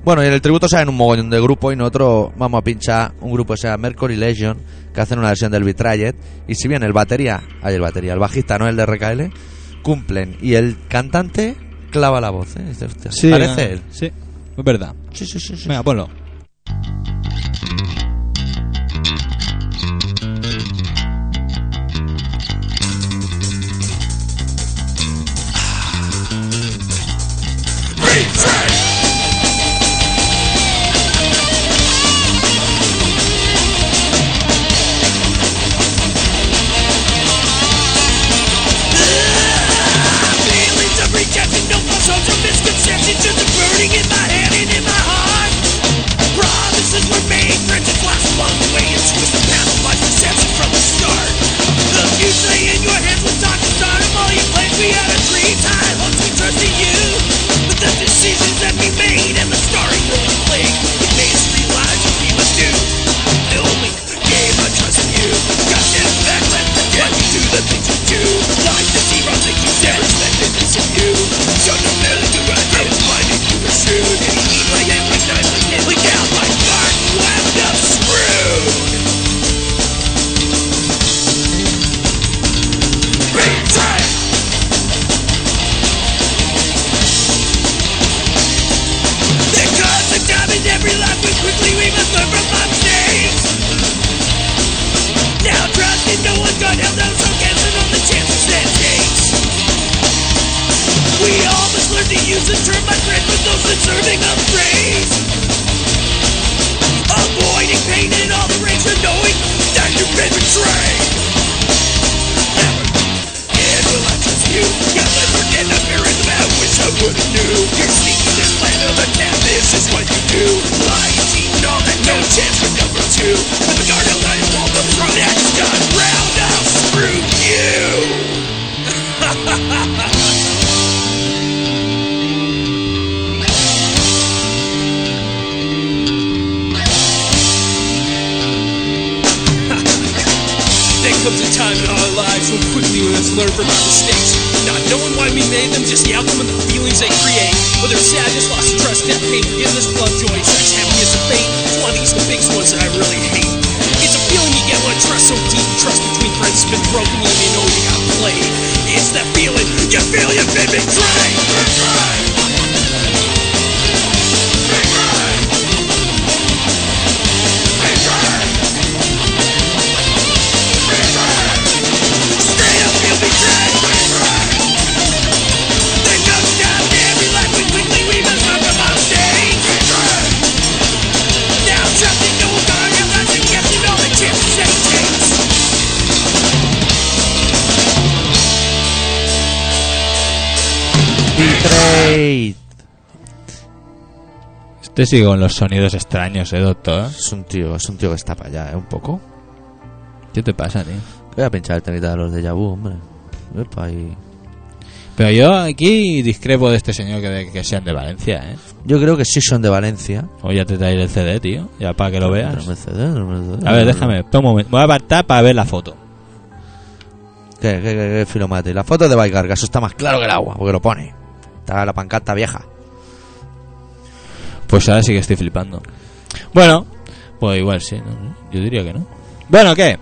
[SPEAKER 2] Bueno, y en el tributo salen un mogollón de grupos y nosotros vamos a pinchar un grupo que se llama Mercury Legion, que hacen una versión del Betrayed. Y si bien el batería, hay el batería, el bajista no el de RKL, cumplen. Y el cantante clava la voz, ¿eh? Dice, hostia, parece
[SPEAKER 1] eh,
[SPEAKER 2] él.
[SPEAKER 1] Sí, es verdad.
[SPEAKER 2] Sí, sí, sí, sí.
[SPEAKER 1] Venga, ponlo.
[SPEAKER 4] Feelings of rejection, no false or misconceptions, just a burning in my head and in my heart. Promises were made, friends and lost along the way, and switched the path of life's deception from the start. The future in your hands was not to start of all your plans. We had a dreams, high hopes, we trusted you. But the decisions that we made and the starry rolling plague, it made us realize what we must do. I only gave my trust in you. Got them back, let them get you do the things you do. Lies the zero that you said, respected this in you. Showed the failure to run, I was blinded, you pursued. And you my every night, was nailing down my heart. Wound up screwed. Betrayed! Because the time is every life we quickly we must learn from our mistakes. Now trust in no one God help those who cancel on the chances that takes. We all must learn to use the term my friend with those deserving of praise. Avoiding pain and all the rage of knowing that you've been betrayed. Never again will I trust you. Never forget the mirror that I wish I would have knew. You're sneaking this plan of attack, this is what you do. Lying, cheating on that no chance for number two. With the guard of life, all the thrown at you done. Round out, screw you. There comes a time in our lives when quickly we must learn from our mistakes. Not knowing why we made them, just the outcome of the feelings they create. Whether it's sadness, loss of trust, death, pain, forgiveness, love, joy, sex, happiness, and fate. It's one of these, the biggest ones that I really hate. It's a feeling you get when trust so deep, trust between friends has been broken when you know you got played. It's that feeling you feel you've been betrayed. Betrayed! Betrayed! Betrayed! Straight up, you'll be dead. There comes a time in every life when quickly we must learn from our mistakes. Now trusting no one, God, and not suggesting all the chances that it takes.
[SPEAKER 2] Betrayed.
[SPEAKER 8] Este sigue con los sonidos extraños, eh, doctor.
[SPEAKER 2] Es un tío, es un tío que está para allá, ¿eh? Un poco.
[SPEAKER 1] ¿Qué te pasa, tío?
[SPEAKER 2] Voy a pinchar el temita de los de Vu, hombre. Epa, y-
[SPEAKER 1] Pero yo aquí discrepo de este señor que, de- que sean de Valencia, ¿eh?
[SPEAKER 2] Yo creo que sí son de Valencia.
[SPEAKER 1] O ya te traeré el CD, tío. Ya para que lo veas.
[SPEAKER 2] Mercedes, Mercedes.
[SPEAKER 1] A ver, déjame. Toma un momento. Voy a apartar para ver la foto.
[SPEAKER 2] ¿Qué, qué, qué, qué filomate? La foto de Baicarga, eso está más claro que el agua, porque lo pone. Está la pancarta vieja.
[SPEAKER 1] Pues ahora sí que estoy flipando. Bueno, pues igual sí. no sé. Yo diría que no. Bueno, ¿qué?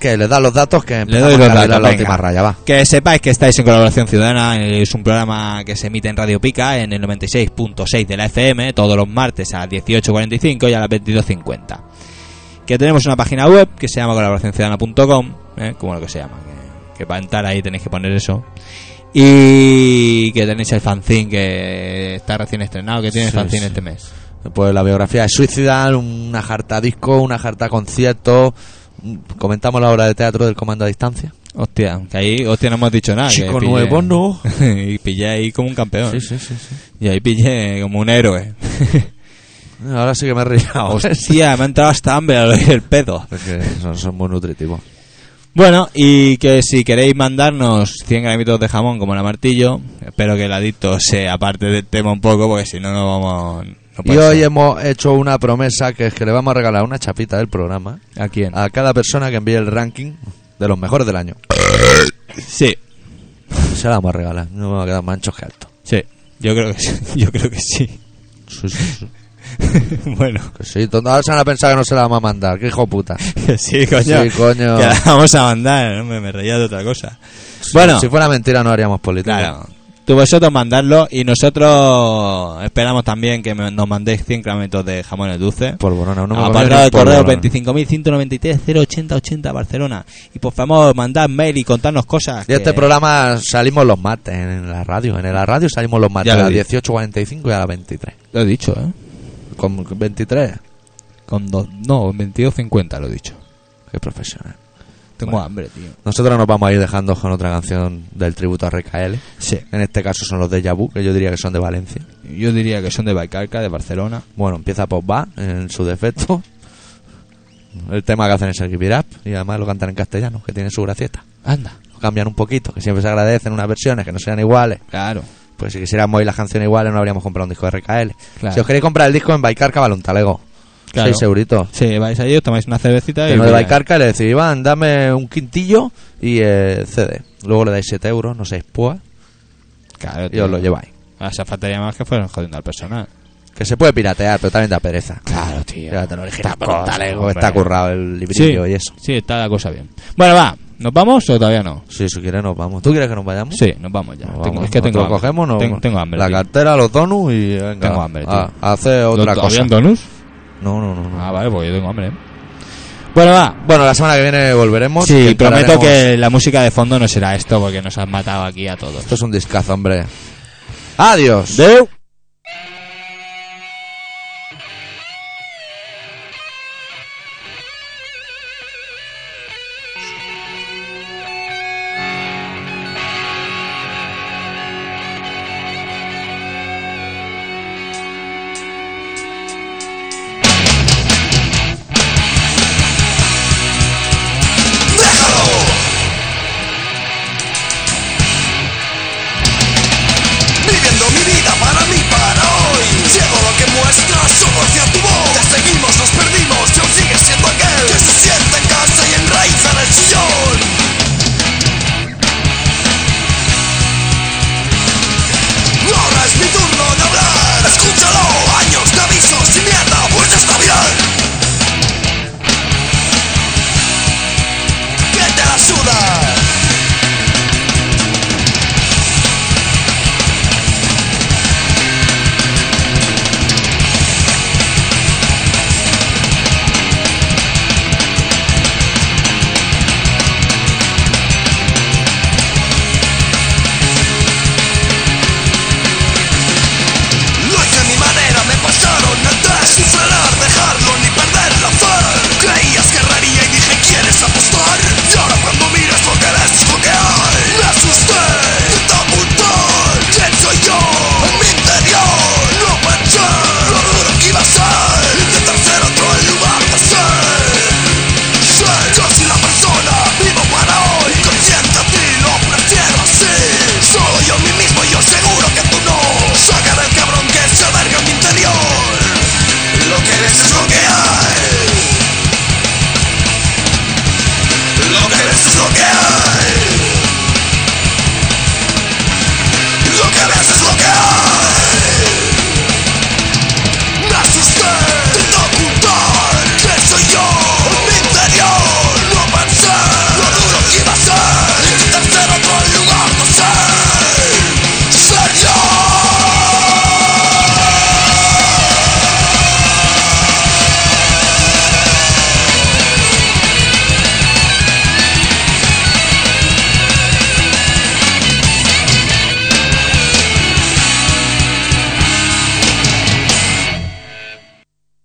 [SPEAKER 2] Que le da los datos que
[SPEAKER 1] Le
[SPEAKER 2] empezamos
[SPEAKER 1] doy
[SPEAKER 2] a
[SPEAKER 1] los
[SPEAKER 2] carrilar
[SPEAKER 1] datos,
[SPEAKER 2] la
[SPEAKER 1] venga.
[SPEAKER 2] última raya, va.
[SPEAKER 1] Que sepáis que estáis en Colaboración Ciudadana, es un programa que se emite en Radio Pica en el 96.6 de la FM todos los martes a las 18.45 y a las 22.50. Que tenemos una página web que se llama colaboracionciudadana.com, ¿eh? como lo que se llama, que, que para entrar ahí tenéis que poner eso. Y que tenéis el fanzine que está recién estrenado, que tiene
[SPEAKER 2] Sí,
[SPEAKER 1] fanzine
[SPEAKER 2] sí.
[SPEAKER 1] este mes.
[SPEAKER 2] Pues la biografía de Suicidal, una jarta disco, una jarta concierto. Mm, Comentamos la obra de teatro del comando a distancia.
[SPEAKER 1] Hostia, que ahí, hostia, no hemos dicho nada. que
[SPEAKER 2] Chico
[SPEAKER 1] pillé-
[SPEAKER 2] nuevo, no.
[SPEAKER 1] y pillé ahí como un campeón.
[SPEAKER 2] sí, sí. sí.
[SPEAKER 1] Y ahí pillé como un héroe.
[SPEAKER 2] Ahora sí que me he rillado.
[SPEAKER 1] Hostia, me ha entrado hasta hambre al oír el pedo.
[SPEAKER 2] Porque son, son muy nutritivos.
[SPEAKER 1] Bueno, y que si queréis mandarnos 100 gramitos de jamón como la martillo, espero que el adicto se aparte del tema un poco, porque si no, no vamos. no
[SPEAKER 2] Y
[SPEAKER 1] puede
[SPEAKER 2] hoy
[SPEAKER 1] ser.
[SPEAKER 2] hemos hecho una promesa que es que le vamos a regalar una chapita del programa
[SPEAKER 1] ¿A quién?
[SPEAKER 2] a cada persona que envíe el ranking de los mejores del año.
[SPEAKER 1] Sí,
[SPEAKER 2] Se la vamos a regalar. No me va a quedar manchos que alto.
[SPEAKER 1] sí. Yo creo que sí. Yo creo que sí.
[SPEAKER 2] Sí, sí, sí.
[SPEAKER 1] bueno,
[SPEAKER 2] Que sí, tonto. Ahora se van a pensar que no se la vamos a mandar. Qué hijo de puta.
[SPEAKER 1] que sí, coño.
[SPEAKER 2] Sí, coño.
[SPEAKER 1] Que la vamos a mandar, hombre, me reía de otra cosa. Bueno,
[SPEAKER 2] Si fuera mentira no haríamos política.
[SPEAKER 1] Claro. Tú vosotros mandarlo y nosotros esperamos también que me- nos mandéis 100 gramitos de jamones dulces.
[SPEAKER 2] Polvorona, uno me
[SPEAKER 1] a
[SPEAKER 2] comí
[SPEAKER 1] Apartado de
[SPEAKER 2] un
[SPEAKER 1] correo
[SPEAKER 2] polvorón.
[SPEAKER 1] 25.193-08080 Barcelona. Y por favor, mandad mail y contadnos cosas.
[SPEAKER 2] Y este
[SPEAKER 1] que-
[SPEAKER 2] programa salimos los martes en la radio. En la radio salimos los martes
[SPEAKER 1] Ya
[SPEAKER 2] a
[SPEAKER 1] lo
[SPEAKER 2] las
[SPEAKER 1] dije.
[SPEAKER 2] 18.45 y a las 23.
[SPEAKER 1] Lo he dicho, ¿eh?
[SPEAKER 2] Con 23.
[SPEAKER 1] Con dos, no, 22.50 lo he dicho.
[SPEAKER 2] Qué profesional.
[SPEAKER 1] Tengo
[SPEAKER 2] Bueno.
[SPEAKER 1] hambre, tío.
[SPEAKER 2] Nosotros nos vamos a ir dejando con otra canción del tributo a RKL.
[SPEAKER 1] Sí.
[SPEAKER 2] En este caso son los de Yabu, que yo diría que son de Valencia.
[SPEAKER 1] Yo diría que son de Baicarca, de Barcelona.
[SPEAKER 2] Bueno, empieza por Va, en su defecto. El tema que hacen es el Give It Up, y además lo cantan en castellano, que tiene su gracieta.
[SPEAKER 1] Anda.
[SPEAKER 2] Lo cambian un poquito, que siempre se agradecen unas versiones que no sean iguales.
[SPEAKER 1] Claro.
[SPEAKER 2] Pues si quisiéramos oír las canciones iguales, no habríamos comprado un disco de RKL.
[SPEAKER 1] Claro.
[SPEAKER 2] Si os queréis comprar el disco en Baicarca, vale un talego.
[SPEAKER 1] Claro.
[SPEAKER 2] 6 euritos.
[SPEAKER 1] Sí, vais allí, os tomáis una cervecita y...
[SPEAKER 2] Que no de
[SPEAKER 1] mira,
[SPEAKER 2] Baicarca le decís, Iván, dame un quintillo y eh, CD. Luego le dais 7 euros, no sé, púa,
[SPEAKER 1] Claro,
[SPEAKER 2] y os lo lleváis.
[SPEAKER 1] Hace faltaría más que fueran jodiendo al personal.
[SPEAKER 2] Que se puede piratear, pero también da pereza.
[SPEAKER 1] Claro, tío.
[SPEAKER 2] Llévatelo original por
[SPEAKER 1] Cosa,
[SPEAKER 2] un talego,
[SPEAKER 1] hombre.
[SPEAKER 2] está currado el
[SPEAKER 1] Sí,
[SPEAKER 2] librillo y eso.
[SPEAKER 1] sí, está la cosa bien. Bueno, va. ¿Nos vamos o todavía no?
[SPEAKER 2] Si eso quiere nos vamos. ¿Tú quieres que nos vayamos?
[SPEAKER 1] Sí, nos vamos ya.
[SPEAKER 2] ¿Eh? Nos
[SPEAKER 1] Tengo-
[SPEAKER 2] vamos.
[SPEAKER 1] es que tengo
[SPEAKER 2] ¿Nosotros
[SPEAKER 1] hambre.
[SPEAKER 2] cogemos, nos
[SPEAKER 1] Ten-
[SPEAKER 2] vamos.
[SPEAKER 1] tengo hambre.
[SPEAKER 2] La
[SPEAKER 1] tío.
[SPEAKER 2] cartera, los donuts y venga.
[SPEAKER 1] Tengo hambre, tío.
[SPEAKER 2] a- a hacer otra
[SPEAKER 1] ¿Lo-
[SPEAKER 2] cosa.
[SPEAKER 1] ¿Habían donuts?
[SPEAKER 2] No, no, no. no.
[SPEAKER 1] Ah, vale, porque yo tengo hambre. ¿eh? Bueno, va.
[SPEAKER 2] Bueno, la semana que viene volveremos.
[SPEAKER 1] Sí,
[SPEAKER 2] y
[SPEAKER 1] prometo
[SPEAKER 2] entraremos-
[SPEAKER 1] que la música de fondo no será esto porque nos han matado aquí a todos.
[SPEAKER 2] Esto es un discazo, hombre. Adiós.
[SPEAKER 1] Deu.
[SPEAKER 3] pues